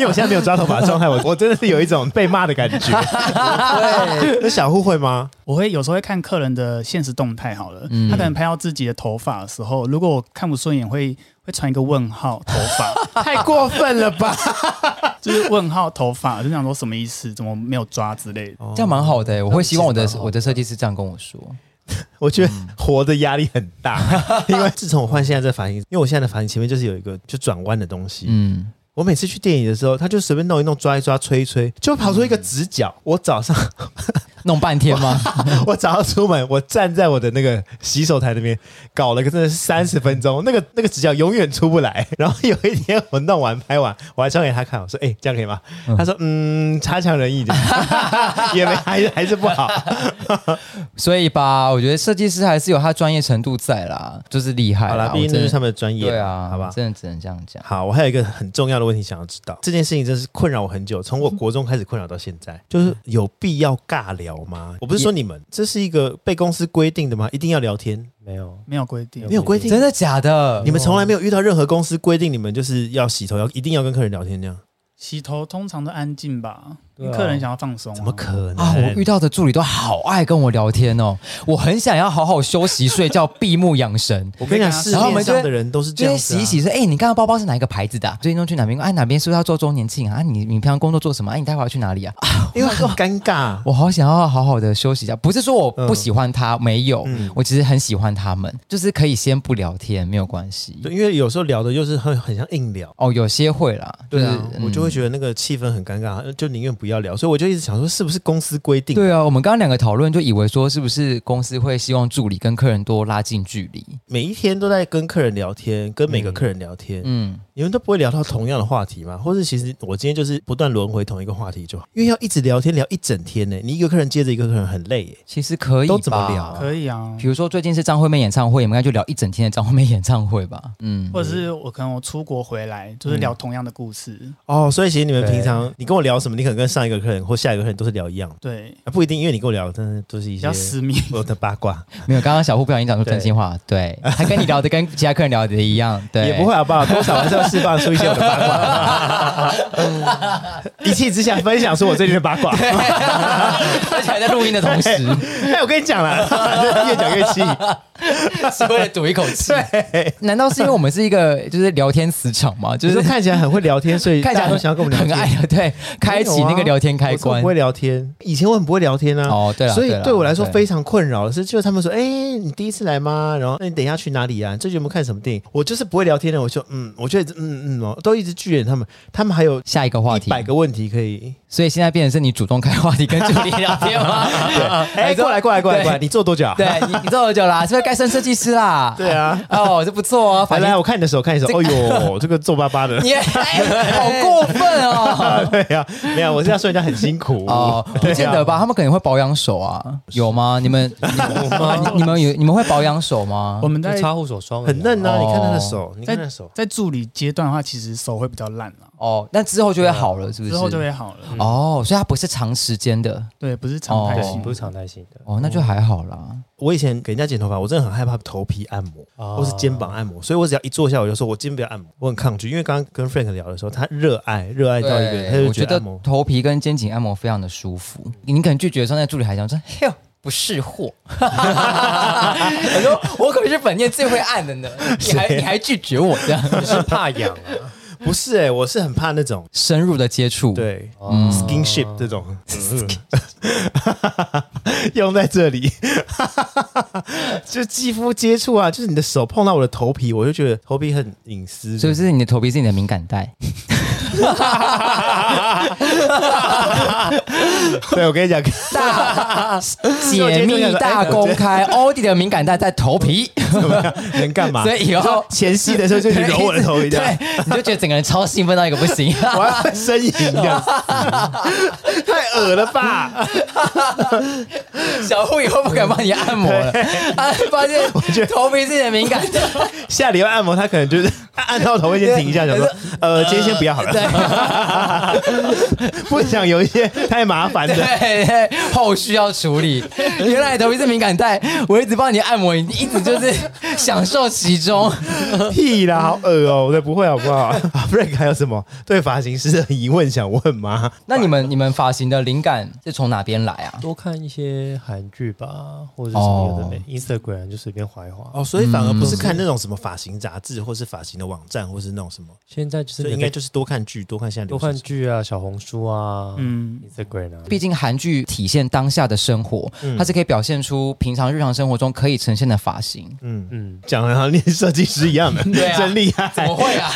S1: 为我现在没有抓头发的状态，我 我真的是有一种被骂的感觉。对，那小户会吗？
S2: 我会有时候会看客人的现实动态好了，
S1: 嗯
S2: 他可能拍到自己的头发的时候，如果我看不顺眼，会会传一个问号头 发，
S1: 太过分了吧！
S2: 就是问号头发，就想说什么意思，怎么没有抓之类的。
S1: 哦
S3: 这样蛮好的欸，我会希望我的
S4: 其实蛮好的
S3: 我的设计师这样跟我说。
S1: 我觉得
S3: 嗯
S1: 活的压力很 大，因为自从我换现在这发型，因为我现在的发型前面就是有一个就转弯的东西，
S3: 嗯，
S1: 我每次去电影的时候，他就随便弄一弄、抓一抓、吹一吹，就跑出一个直角。我早上，
S3: 弄半天吗？
S1: 我早上出门，我站在我的那个洗手台那边，搞了个真的是三十分钟，那个那个直角永远出不来。然后有一天我弄完拍完，我还传给他看，我说：“哎、这样可以吗？”他说：“嗯，差强人意 的，也没还是还是不 好。
S3: 所以吧，我觉得设计师还是有他专业程度在啦，就是厉”害
S1: 好
S3: 啦
S1: 啦，。毕
S3: 我
S1: 竟那
S3: 真
S1: 就是他
S3: 的
S1: 们的专业，
S3: 对啊，
S1: 好吧。
S3: 真的只能这样讲。
S1: 好，我还有一个很重要的问题想要知道，这件事情真是困扰我很久，从我国中开始困扰到现在，就是有必要尬聊吗？我不是说你们，这是一个被公司规定的吗？一定要聊天？
S4: 没有，
S2: 没有规定，
S1: 没有规定啊
S3: 真，的假的？
S1: 你们从来没有遇到任何公司规定你们就是要洗头，要一定要跟客人聊天这样？
S2: 洗头通常都安静吧，
S4: 对
S2: 因
S4: 啊
S2: 为客人想要放松、啊。
S1: 怎么可能？
S3: 啊！我遇到的助理都好爱跟我聊天哦，我很想要好好休息、睡觉、闭目养神。
S1: 我跟你讲，市
S3: 然后我
S1: 面
S3: 们就
S1: 上的人都是这
S3: 就
S1: 样
S3: 是
S1: 子、啊，
S3: 洗一洗说，哎、你刚刚包包是哪一个牌子的、啊？最近都去哪边？哎、哪边是不是要做周年庆啊？啊你你平常工作做什么？哎、你待会要去哪里啊？啊
S1: 因为很尴尬。
S3: 我好想要好好的休息一下。不是说我
S1: 嗯
S3: 不喜欢他，没有，我其实很喜欢他们，就是可以先不聊天，没有关系。
S1: 对因为有时候聊的就是很很像硬聊，
S3: 哦，有些会啦，
S1: 对啊，
S3: 就是
S1: 我就会
S3: 嗯
S1: 觉得那个气氛很尴尬，就宁愿不要聊。所以我就一直想说，是不是公司规定？
S3: 对啊，我们刚刚两个讨论就以为说，是不是公司会希望助理跟客人多拉近距离？
S1: 每一天都在跟客人聊天，跟每个客人聊天，
S3: 嗯，
S1: 你们都不会聊到同样的话题吗？或是其实我今天就是不断轮回同一个话题就好，因为要一直聊天聊一整天呢、你一个客人接着一个客人很累耶、
S3: 其实可以
S1: 都怎么
S3: 吧
S1: 聊啊
S2: 可以啊
S3: 比，如说最近是张惠妹演唱会，我们应该就聊一整天的张惠妹演唱会吧。嗯，
S2: 或者是我可能我出国回来，就是
S1: 嗯
S2: 聊同样的故事。
S1: 哦，所以其实你们
S4: 对
S1: 平常你跟我聊什么，你可能跟上一个客人或下一个客人都是聊一样，
S2: 对，
S1: 啊、不一定，因为你跟我聊的真的都是一
S2: 比
S1: 些
S2: 较私密。
S1: 我的八卦，
S3: 没有，刚刚小户不小心讲出真心话，对他跟你聊的跟其他客人聊的一样，对，
S1: 也 不会。好不好？多少还是要释放出一些我的八卦， 一气之下分享出我最近的八 卦。
S3: 而且还在录音的同时，
S1: 哎，我跟你讲啦，越讲越气。
S3: 是为了赌一口气。难道是因为我们是一个就是聊天磁场吗？就
S1: 就是是看起来很会聊天，所以
S3: 看起
S1: 大
S3: 来
S1: 家都想要跟我们聊
S3: 很
S1: 天。
S3: 爱聊，对，开启那个聊天开
S1: 我啊说我
S3: 关
S1: 不。会聊天，以前我很不会聊天啊。
S3: 哦，对了，
S1: 所以
S3: 啦
S1: 对我来说
S3: 对
S1: 非常困扰的是，就是他们说：“哎、你第一次来吗？然后那你等一下去哪里啊？你最近有没有看什么电影？”我就是不会聊天的，我就嗯，我觉得嗯嗯哦，都一直拒绝他们。他们还有
S3: 下一个话
S1: 一
S3: 题，
S1: 百个问题可以，
S3: 所以现在变成是你主动开话题跟助理聊 天吗？ 啊
S1: 哎、过来过来过来过来，你做多久啊？
S3: 对你，你做多久啦？是不是该升设计师啦？
S1: 对啊，
S3: 哦，这不错哦，
S1: 来
S3: 反
S1: 来，
S3: 正
S1: 我看你的手，看你的手，哦呦，这 个皱巴巴 的。
S3: 你、哎好过分 哦。
S1: 对呀、啊，没有，我是要说人家很辛苦
S3: 哦，不见得吧？他们可能会保养手啊，有吗？你们有吗？你们有你们会保养手吗
S2: 我？们
S4: 就
S2: 在
S4: 擦护手霜而已啊
S1: 很嫩啊！
S3: 哦
S1: 你看他的手，你看他的手，
S2: 在助理阶段的话，其实手会比较烂了，
S3: 哦，那之后就会好了，是不是？
S2: 之后就会好了。
S1: 嗯
S3: 哦，所以它不是长时间的
S2: 对，不是常态
S3: 哦
S2: 性
S4: 对，不。是常态性的
S3: 哦，那就还好啦。
S1: 我以前给人家剪头发，我真的很害怕头皮按摩
S3: 啊
S4: 哦
S1: 或是肩膀按摩，所以我只要一坐下，我就说我肩不要按摩，我很抗拒，因为刚刚跟 Frank 聊的时候，他热爱热爱到一个，他
S3: 对，
S1: 就
S3: 我觉得
S1: 按摩。
S3: 头皮跟肩颈按摩非常的舒服。你可能拒绝的时候，那助理还想说：“嘿呦，不是货。”我说：“我可是本店最会按的呢，你还你还拒绝我这样
S4: 怕痒啊，
S1: 不是哎、我是很怕那种
S3: 深入的接触？”，
S1: 对、
S3: 哦
S4: 嗯
S1: skinship 这种， 用在这里， 就肌肤接触啊，就是你的手碰到我的头皮，我就觉得头皮很隐私。
S3: 所以是你的头皮是你的敏感带。
S1: 对我跟你讲，
S3: 大解密大公开，欧弟的敏感带在头皮，
S1: 能干嘛？
S3: 所以以后
S1: 前戏的时候就去揉我的头一 样，
S3: 对，你就觉得整个人超兴奋到一个不 行。
S1: 我要呻吟这 样子，太恶了吧！
S3: 小护以后不敢帮你按 摩了，他发现头皮是你的敏感带。
S1: 下礼拜按摩，他可能就是按按到头会先停 一下，想说，呃，今天先不要好了， 不想有一些太麻烦的。
S3: 对对，后续要处理。原来头皮是敏感带，我一直帮你按摩，你一直就是享受 其中。
S1: 屁啦，好恶哦、我的不会好 不好？Frank 还有什么对发型师的疑问想问吗？
S3: 那你们你们发型的灵感是从哪边来啊？
S4: 多看一些韩剧吧，或者是什么有的没、Instagram 就随便划一划。
S1: 哦，所以反而不是看那种什么发型杂志，或是发型的网站，或是那种什么，
S4: 现在就是
S1: 所以
S4: 你
S1: 应该
S4: 在
S1: 就是多看剧，多看现在
S4: 多
S1: 流
S4: 看
S1: 行
S4: 剧啊，小红书啊，
S2: 嗯，
S4: Instagram 啊，
S3: 毕竟韩剧体现当下的生活，
S4: 嗯
S3: 它是可以表现出平常日常生活中可以呈现的发型。
S1: 嗯，
S4: 嗯，
S1: 讲的好像念设计师一样 的，
S3: 对啊
S1: 真厉害。
S3: 怎么会 啊？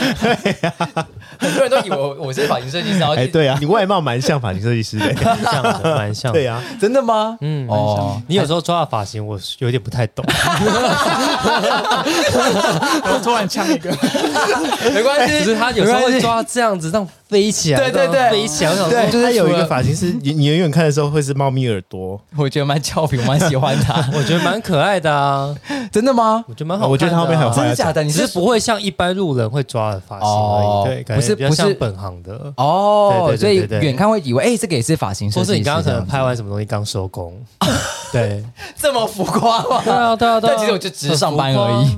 S3: 很多人都以为我我是发型设计师，然后
S1: 哎、对啊，你外貌蛮像发型设计师
S3: 啊
S1: 的。
S4: 蛮像的，蛮像 的。
S1: 对啊，
S3: 真的吗？
S4: 嗯，
S3: 哦，
S4: 你有时候抓的发型，我是有点不太懂。
S2: 我突然呛一个，
S3: 没关系，
S4: 只是他有 时候会抓这样子，让飞起来，
S3: 对对对
S4: 让飞起来。我想
S3: 对
S4: 说，
S1: 就是他有一
S3: 除
S1: 个
S3: 了
S1: 发型是你你远远看的时候会是猫咪耳朵，
S3: 我觉得蛮俏皮，我蛮喜欢他。
S4: 我觉得蛮可爱的啊，
S3: 真的吗？
S4: 我觉得蛮好看的啊。
S1: 我觉得他后面还有
S3: 真的假的？你
S4: 你
S3: 是
S4: 是不会像一般路人会抓的发型而
S3: 哦
S4: 已，对，感
S3: 不是
S4: 觉比较
S3: 不是
S4: 像本行的。
S3: 哦，
S4: 对对对对
S3: 所以远看会以为，哎、这个也是发型设
S4: 或
S3: 计师这
S4: 是
S3: 样子，
S4: 你刚刚可能拍完什么东西刚收 工，对，
S3: 这么浮夸吗？
S4: 对啊对啊对啊
S3: 但其实我就只是上班而已，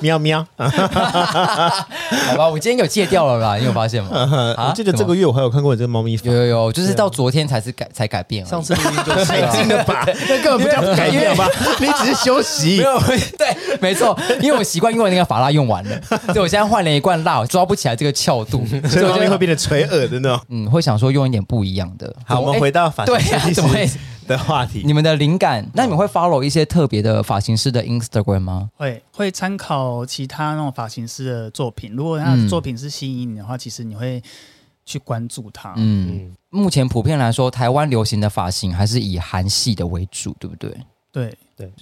S1: 喵喵。
S3: 好吧？我今天有戒掉了啦，你有发现吗？
S1: 呃
S3: 啊
S1: 我记得这
S3: 怎
S1: 个
S3: 么
S1: 月我还有看过你这个猫咪发
S3: 有有有，
S1: 啊
S3: 就是到昨天才是改才改变而已。
S4: 上次录音就是
S1: 太
S4: 啊
S1: 近了吧？那根本不叫改变吧？你只是休息
S3: 没。有 对，没错，因为我习惯用的那个法拉用完 了，所以我现在换了一罐辣，我抓不起来这个翘度，
S1: 所
S3: 所
S1: 以
S3: 以我
S1: 猫咪会
S3: 就
S1: 变得垂耳的那种。
S3: 嗯会想说用一点不一样的。
S1: 好，
S3: 怎
S1: 我
S3: 么
S1: 们
S3: 哎
S1: 回到发型
S3: 对
S1: 设
S3: 啊
S1: 计
S3: 怎么会
S1: 师的哦话题。
S3: 你们的灵感，那你们会 follow 一些特别的发型师的 Instagram 吗？
S2: 会会参考其他那种发型师的作品。如果他
S3: 嗯
S2: 的作品是吸引你的话，其实你会去关注
S1: 啊
S2: 他。
S3: 嗯，
S4: 嗯，
S3: 目前普遍来说，台湾流行的发型还是以韩系的为主，对不对？
S2: 对，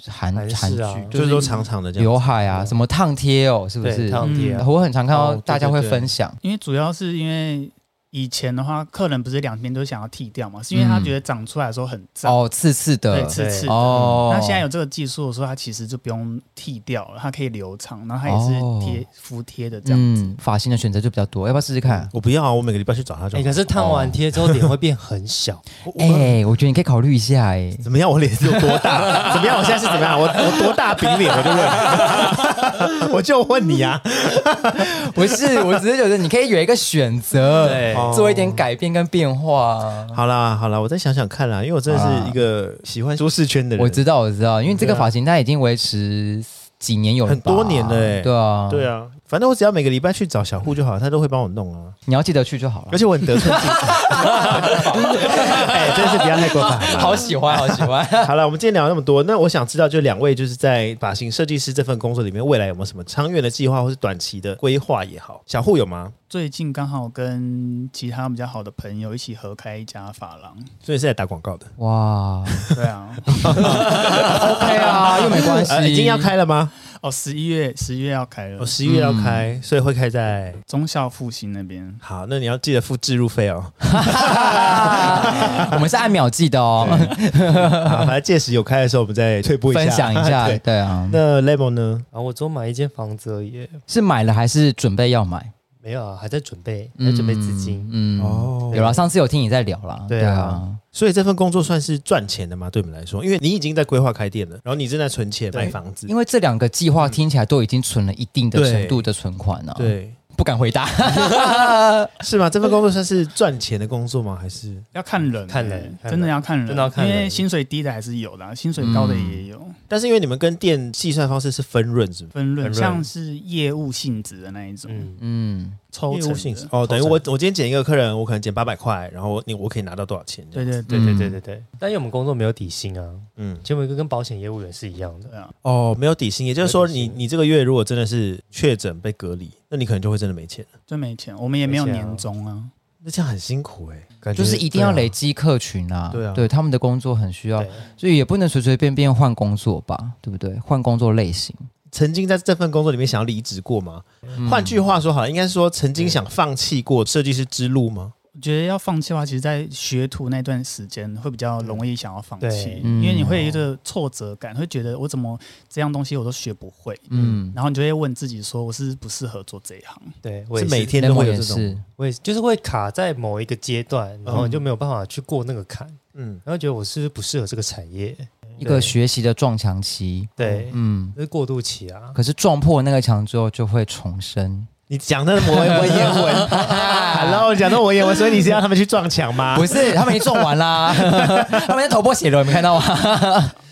S3: 韩
S4: 还
S3: 韩
S4: 是
S3: 剧、
S4: 啊，
S1: 就是说长长的这样
S3: 刘，海啊，什么烫贴哦，是不
S4: 对，
S3: 是？
S4: 烫贴
S2: 嗯
S4: 啊，
S3: 我很常看到
S4: 哦对
S3: 大家会
S4: 对对
S3: 分享，
S2: 因为主要是因为以前的话，客人不是两边都想要剃掉嘛，是因为他觉得长出来的时候很脏，
S3: 嗯哦，刺刺
S2: 对，
S3: 的，
S2: 刺刺的。嗯
S3: 哦。
S2: 那现在有这个技术的时候，它其实就不用剃掉了，它可以留长，然后它也是贴服贴的这样子。
S3: 哦嗯，发型的选择就比较多，要不要试试看？
S1: 我不要啊！我每个礼拜去找他就
S4: 哎，
S1: 好。
S4: 可是烫完贴之后脸会变很小，
S3: 哎，我觉得你可以考虑一下，哎，
S1: 怎么样？我脸是有多大？怎么样？我现在是怎么样？我我多大饼脸？我就问， 我就问你啊！
S3: 不是，我只是觉得你可以有一个选择，
S4: 对
S3: 做一点改变跟变化。
S1: 好啦好啦，我再想想看啊啦，因为我真的是一个喜欢舒适圈的人。
S3: 我知道，我知道，因为这个发型它已经维持几年有了吧，
S1: 很多年了欸
S3: 对啊，
S1: 对
S3: 啊，
S1: 啊，反正我只要每个礼拜去找小户就好，他都会帮我弄啊。
S3: 你要记得去就好了
S1: 而。且我很得寸 进尺，哎，真是不要太过分。
S3: 好喜欢，好喜欢。
S1: 好了，我们今天聊了那么多，那我想知道，就两位就是在发型设计师这份工作里面，未来有没有什么长远的计划，或是短期的规划也好？小户有吗？
S2: 最近刚好跟其他比较好的朋友一起合开一家发廊，
S1: 所以是在打广告的，
S3: 哇
S2: 对 啊，
S3: ，OK 啊，又没关系
S1: 呃，已经要开了吗？
S2: 哦，十一月十一月要开
S1: 我
S3: 哦
S2: 了，
S1: 十一月要开，所以会开 在
S2: 忠孝复兴那边，
S1: 好，那你要记得付置入费哦。
S3: 我们是按秒计的哦，
S1: 好，反正届时有开的时候，我们再退步一下，
S3: 分享一 下，
S1: 对
S3: 对啊，
S1: 那 Lemon 呢？
S4: 啊，我只有买一间房子而已，
S3: 是买了还是准备要买？
S4: 没有啊，还在准备，还在准备资金。
S3: 嗯，哦，
S1: 哦
S3: 有啦，上次有听你在聊啦，
S4: 对啊
S3: 对啊，
S1: 所以这份工作算是赚钱的吗？对我们来说，因为你已经在规划开店了，然后你正在存钱
S4: 对
S1: 买房子
S3: 因，为这两个计划听起来都已经存了一定的
S1: 对
S3: 程度的存款了，，
S1: 对，
S3: 不敢回答。
S1: 是吗？这份工作算是赚钱的工作吗？还是
S2: 要看人欸、
S4: 嗯看人看人
S2: 真的要看人，
S4: 真的要看人
S2: 因为薪水低的还是有的啊、薪水高的也有、
S1: 但是因为你们跟店计算方式是分润，是吗？
S2: 分
S4: 分
S2: 论，
S4: 润
S2: 像是业务性质的那一种、
S4: 嗯，
S3: 嗯，
S2: 抽
S1: 业
S2: 成
S1: 务性质
S2: 的，
S1: 哦，等于我我今天捡一个客人，我可能捡八百块，然后你我可以拿到多少钱？
S2: 对，对对
S4: 对对对
S3: 嗯
S4: 对对。但因为我们工作没有底薪啊，
S1: 嗯，
S4: 结果一个跟保险业务员是一样的。
S2: 对啊，
S1: 哦，没有底薪，也就是说
S4: 没有底
S1: 你
S4: 薪
S1: 你这个月如果真的是确诊被隔离，那你可能就会真的没钱了，
S2: 就没钱，我们也没有
S4: 没钱啊
S2: 年终啊，
S1: 那这样很辛苦哎，感觉
S3: 就是一定要累
S1: 积。
S3: 积客群啊，
S1: 对啊
S3: 对他们的工作很需要
S4: 对，啊
S3: 所以也不能随随便便换工作吧，对不对？换工作类型，
S1: 曾经在这份工作里面想要离职过吗？嗯
S3: 嗯
S1: 换句话说，好了，应该说曾经想放弃过设计师之路吗？
S2: 我觉得要放弃的话，其实，在学徒那段时间会比较容易想要放弃
S4: 对，
S3: 嗯
S2: 因为你会有一个挫折感，会觉得我怎么这样东西我都学不会，
S3: 嗯，
S2: 然后你就会问自己说，我是不适合做这一行。
S4: 对，我
S1: 是
S4: 也
S1: 每天都
S3: Lemon
S1: 会有
S3: 也
S1: 这种，
S3: 是，
S4: 我也是就是会卡在某一个阶段，然后你就没有办法去过那个坎，
S1: 嗯，
S4: 然后觉得我是不是不适合这个产业？
S3: 一个学习的撞墙期，
S4: 对，
S3: 嗯，
S4: 这是过渡期啊。
S3: 可是撞破那个墙之后就会重生，
S1: 你讲那文文言文，Hello，讲那文言文，所以你是让他们去撞墙吗
S3: 不？是他们已经撞完 啦，他们已经头破血流，你没看到吗？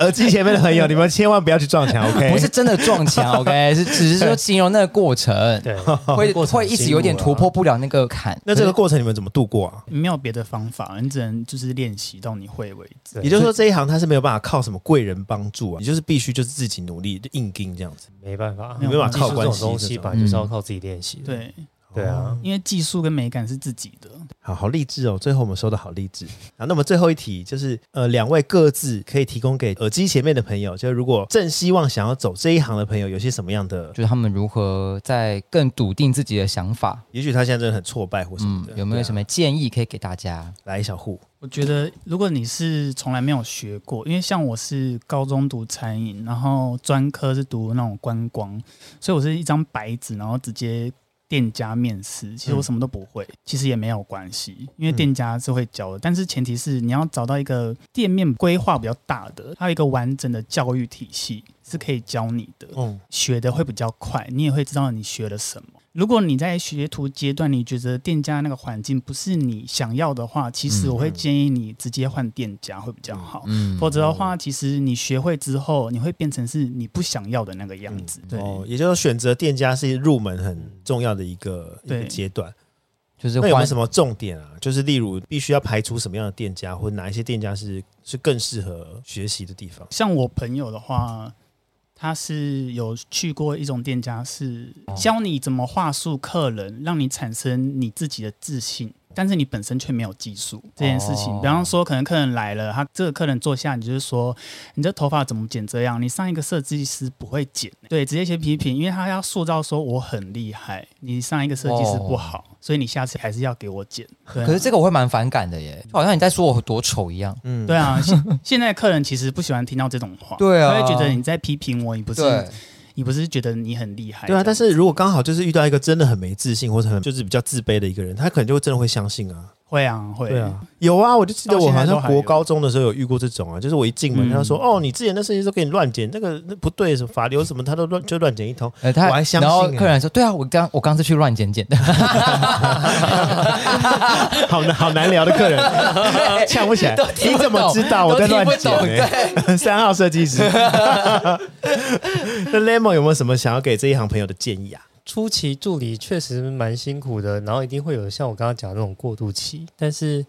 S1: 耳机前面的朋友，你们千万不要去撞墙，OK？
S3: 不是真的撞墙，OK，是只是说形容那个过程，
S4: 对，
S3: 会
S4: 过程
S3: 会一直有点
S4: 很辛苦
S3: 突
S4: 啊
S3: 破不了那个坎。
S1: 那这个过程你们怎么度过啊？
S2: 没有别的方法，你只能就是练习到你会为止。
S4: 对
S1: 也就是说，这一行他是没有办法靠什么贵人帮助啊，你就是必须就是自己努力就硬盯这样子。
S4: 没办法，
S2: 没有办
S1: 法靠关系嗯
S4: 技术这种东西吧，
S3: 这种
S4: 就是要靠自己练习。，
S2: 对，
S4: 对
S1: 哦
S4: 啊，
S2: 因为技术跟美感是自己的。
S1: 好好励志哦！最后我们说的好励志啊。那么最后一题就是，呃，两位各自可以提供给耳机前面的朋友，就是如果正希望想要走这一行的朋友，有些什么样的？
S3: 就是他们如何在更笃定自己的想法，
S1: 也许他现在真的很挫败或什么啊
S3: 嗯
S1: 的，，
S3: 有没有什
S1: 么？
S3: 么建议可以给大家？
S1: 来，小户，
S2: 我觉得，如果你是从来没有学过，因为像我是高中读餐饮，然后专科是读那种观光，所以我是一张白纸，然后直接店家面试。其实我什么都不会，其实也没有关系，因为店家是会教的。但是前提是你要找到一个店面规划比较大的，还有一个完整的教育体系是可以教你的。
S1: 嗯，
S2: 学的会比较快，你也会知道你学了什么。如果你在学徒阶段，你觉得店家那个环境不是你想要的话，其实我会建议你直接换店家会比较
S1: 哦
S2: 好。
S3: 嗯，
S2: 否则的话，其实你学会之后，你会变成是你不想要的那个样
S3: 嗯
S2: 子。对、
S1: 哦，也就是选择店家是入门很重要的一个一
S2: 对
S1: 个阶段。
S3: 就
S1: 那
S3: 是
S1: 有没有
S3: 换
S1: 什么重点啊？就是例如必须要排除什么样的店家，或哪一些店家是是更适合学习的地方？
S2: 像我朋友的话，他是有去过一种店家，是
S3: 哦
S2: 教你怎么话术客人，让你产生你自己的自信。但是你本身却没有技术这件事情，
S3: 哦
S2: 比方说，可能客人来了，他这个客人坐下，你就是说，你这头发怎么剪这样？你上一个设计师不会剪，对，直接先批评，因为他要塑造说我很厉害，你上一个设计师不好，所以你下次还是要给我剪。对啊
S3: 哦可是这个我会蛮反感的耶，就好像你在说我多丑一样。
S1: 嗯，
S2: 对啊，现现在客人其实不喜欢听到这种话，
S3: 对啊
S2: 他会觉得你在批评我，你不是
S1: 嗯
S3: 对，
S2: 你不是觉得你很厉害？
S1: 对啊，
S2: 这
S1: 但
S2: 样
S1: 是如果刚好就是遇到一个真的很没自信，或者很就是比较自卑的一个人，他可能就会真的会相信啊。
S2: 会啊，会
S1: 对啊，有啊，我就记得我好
S2: 到现在都
S1: 像
S2: 还有
S1: 国高中的时候有遇过这种啊，就是我一进门，
S2: 嗯
S1: 他说：“哦，你之前的事情都给你乱剪，那个那不对，什么法流什么，他都乱就乱剪一通。”
S3: 呃，他
S1: 我还相信
S3: 然后
S1: 欸
S3: 客人说：“对啊，我刚我刚是去乱剪剪的。
S1: 好难好难聊的客人， 呛不起来
S3: 都。听
S1: 你
S3: 不
S1: 怎么
S3: 懂
S1: 知道我在乱
S3: 都听不懂
S1: 剪呢？三号设计师。 那 Lemon 有没有什么想要给这一行朋友的建议啊？
S4: 初期助理确实蛮辛苦的，然后一定会有像我刚刚讲的那种过渡期，但是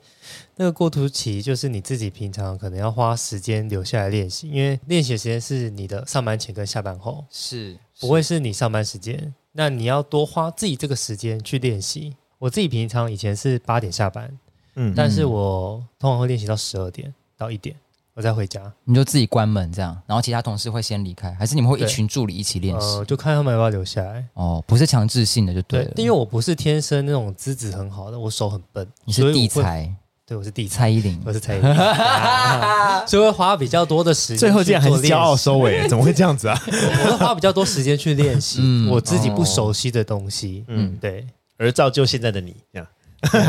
S4: 那个过渡期就是你自己平常可能要花时间留下来练习，因为练习的时间是你的上班前跟下班后，
S3: 是”
S4: 不会是你上班时间。那你要多花自己这个时间去练习。我自己平常以前是八点下班，
S1: 嗯，
S4: 但是我通常会练习到十二点到一点，我再回家。
S3: 你就自己关门这样，然后其他同事会先离开，还是你们会一
S4: 对
S3: 群助理一起练习？
S4: 呃，就看他们要不要留下来。
S3: 哦，不是强制性的就对
S4: 对
S3: 了，，
S4: 因为我不是天生那种资质很好的，我手很笨。
S3: 你
S4: 所
S3: 是
S4: 以
S3: 地
S4: 我会，
S3: 才
S4: 对，我是地才，
S3: 蔡依林
S4: 我，是才艺，啊 所以会花比较多的时间。
S1: 最后竟然还是骄傲，收尾，怎么会这样子 啊？
S4: 我会花比较多时间去练习
S3: 嗯
S4: 我自己不熟悉的东西。嗯，对，
S1: 而造就现在的你，这样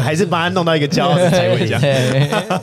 S1: 还是把他弄到一个骄傲 的结尾，这样。
S4: 啊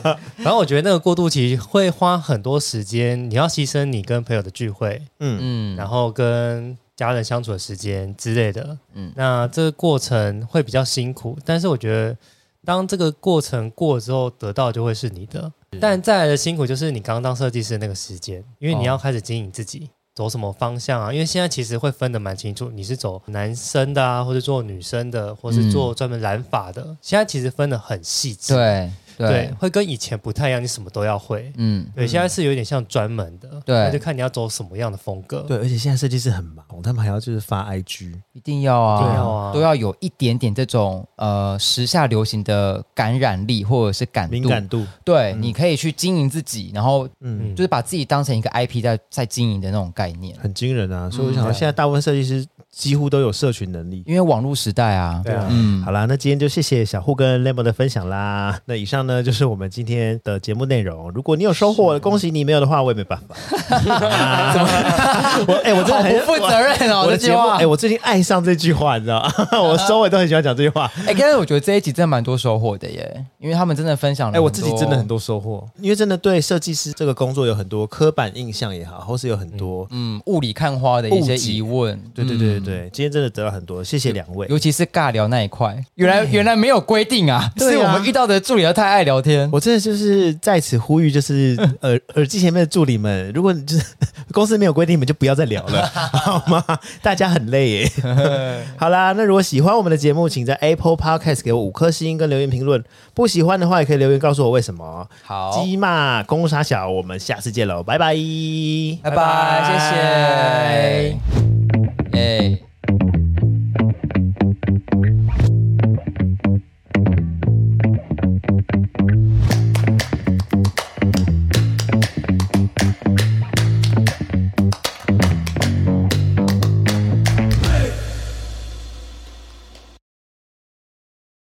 S3: 对，
S4: 然后我觉得那个过渡期会花很多时间，你要牺牲你跟朋友的聚会，
S1: 嗯，
S3: 嗯，
S4: 然后跟家人相处的时间之类的。
S3: 嗯
S4: 嗯，那这个过程会比较辛苦，但是我觉得当这个过程过之后，得到就会是你的。但再来的辛苦就是你刚当设计师的那个时间，因为你要开始经营自己。走什么方向啊？因为现在其实会分得蛮清楚，你是走男生的啊，或者做女生的，或是做专门染发的。现在其实分得很细致，
S3: 对
S4: 对
S3: 对，，
S4: 会跟以前不太一样，你什么都要会。
S3: 嗯，
S4: 对，现在是有点像专门的，
S3: 对
S4: 那就看你要走什么样的风格。
S1: 对，而且现在设计师很忙，他们还要就是发 IG，
S3: 一定要啊，
S4: 一定要啊
S3: 都要有一点点这种呃时下流行的感染力或者是感
S1: 敏
S3: 度，
S1: 感度，
S3: 对，你可以去经营自己，然后
S1: 嗯，
S4: 嗯
S3: 就是把自己当成一个 IP 在在经营的那种概念，
S1: 很惊人啊。所以我想，
S4: 嗯
S1: 现在大部分设计师几乎都有社群能力。
S3: 因为网络时代啊，
S4: 对啊
S3: 嗯，
S1: 好啦，那今天就谢谢小户跟 Lemon 的分享啦。那以上呢就是我们今天的节目内容。如果你有收获，恭喜你；没有的话，我也没办法。我哎、我真的
S3: 好
S1: 很
S3: 不负责任哦，
S1: 我的
S3: 这
S1: 嗯
S3: 句
S1: 节目
S3: 话，
S1: 哎、我最近爱上这句话，你知道吗？ 我收尾都很喜欢讲这句话。
S3: 哎、但是我觉得这一集真的蛮多收获的耶，因为他们真的分享了，
S1: 哎、我自己真的很，多收获，因为真的对设计师这个工作有很多刻板印象也好，或是有很多，
S3: 嗯，雾里看花的一些
S1: 误解
S3: 疑问，
S1: 对对对对
S3: 嗯
S1: 对，今天真的得到很多，谢谢两位。
S3: 尤其是尬聊那一块，原来原来没有规定啊，
S1: 对啊
S3: 是我们遇到的助理要太爱聊天。
S1: 我真的就是在此呼吁， 就是耳耳机前面的助理们，如果你就是 公司没有规定，你们就不要再聊 了，好吗？大家很累耶。 好啦，那如果喜欢我们的节目，请在 Apple Podcast 给我五颗星跟留言评论。不喜欢的话，也可以留言告诉我为什么。
S3: 好，
S1: 鸡骂公傻小，我们下次见喽，拜拜，
S3: 拜拜，谢谢。哎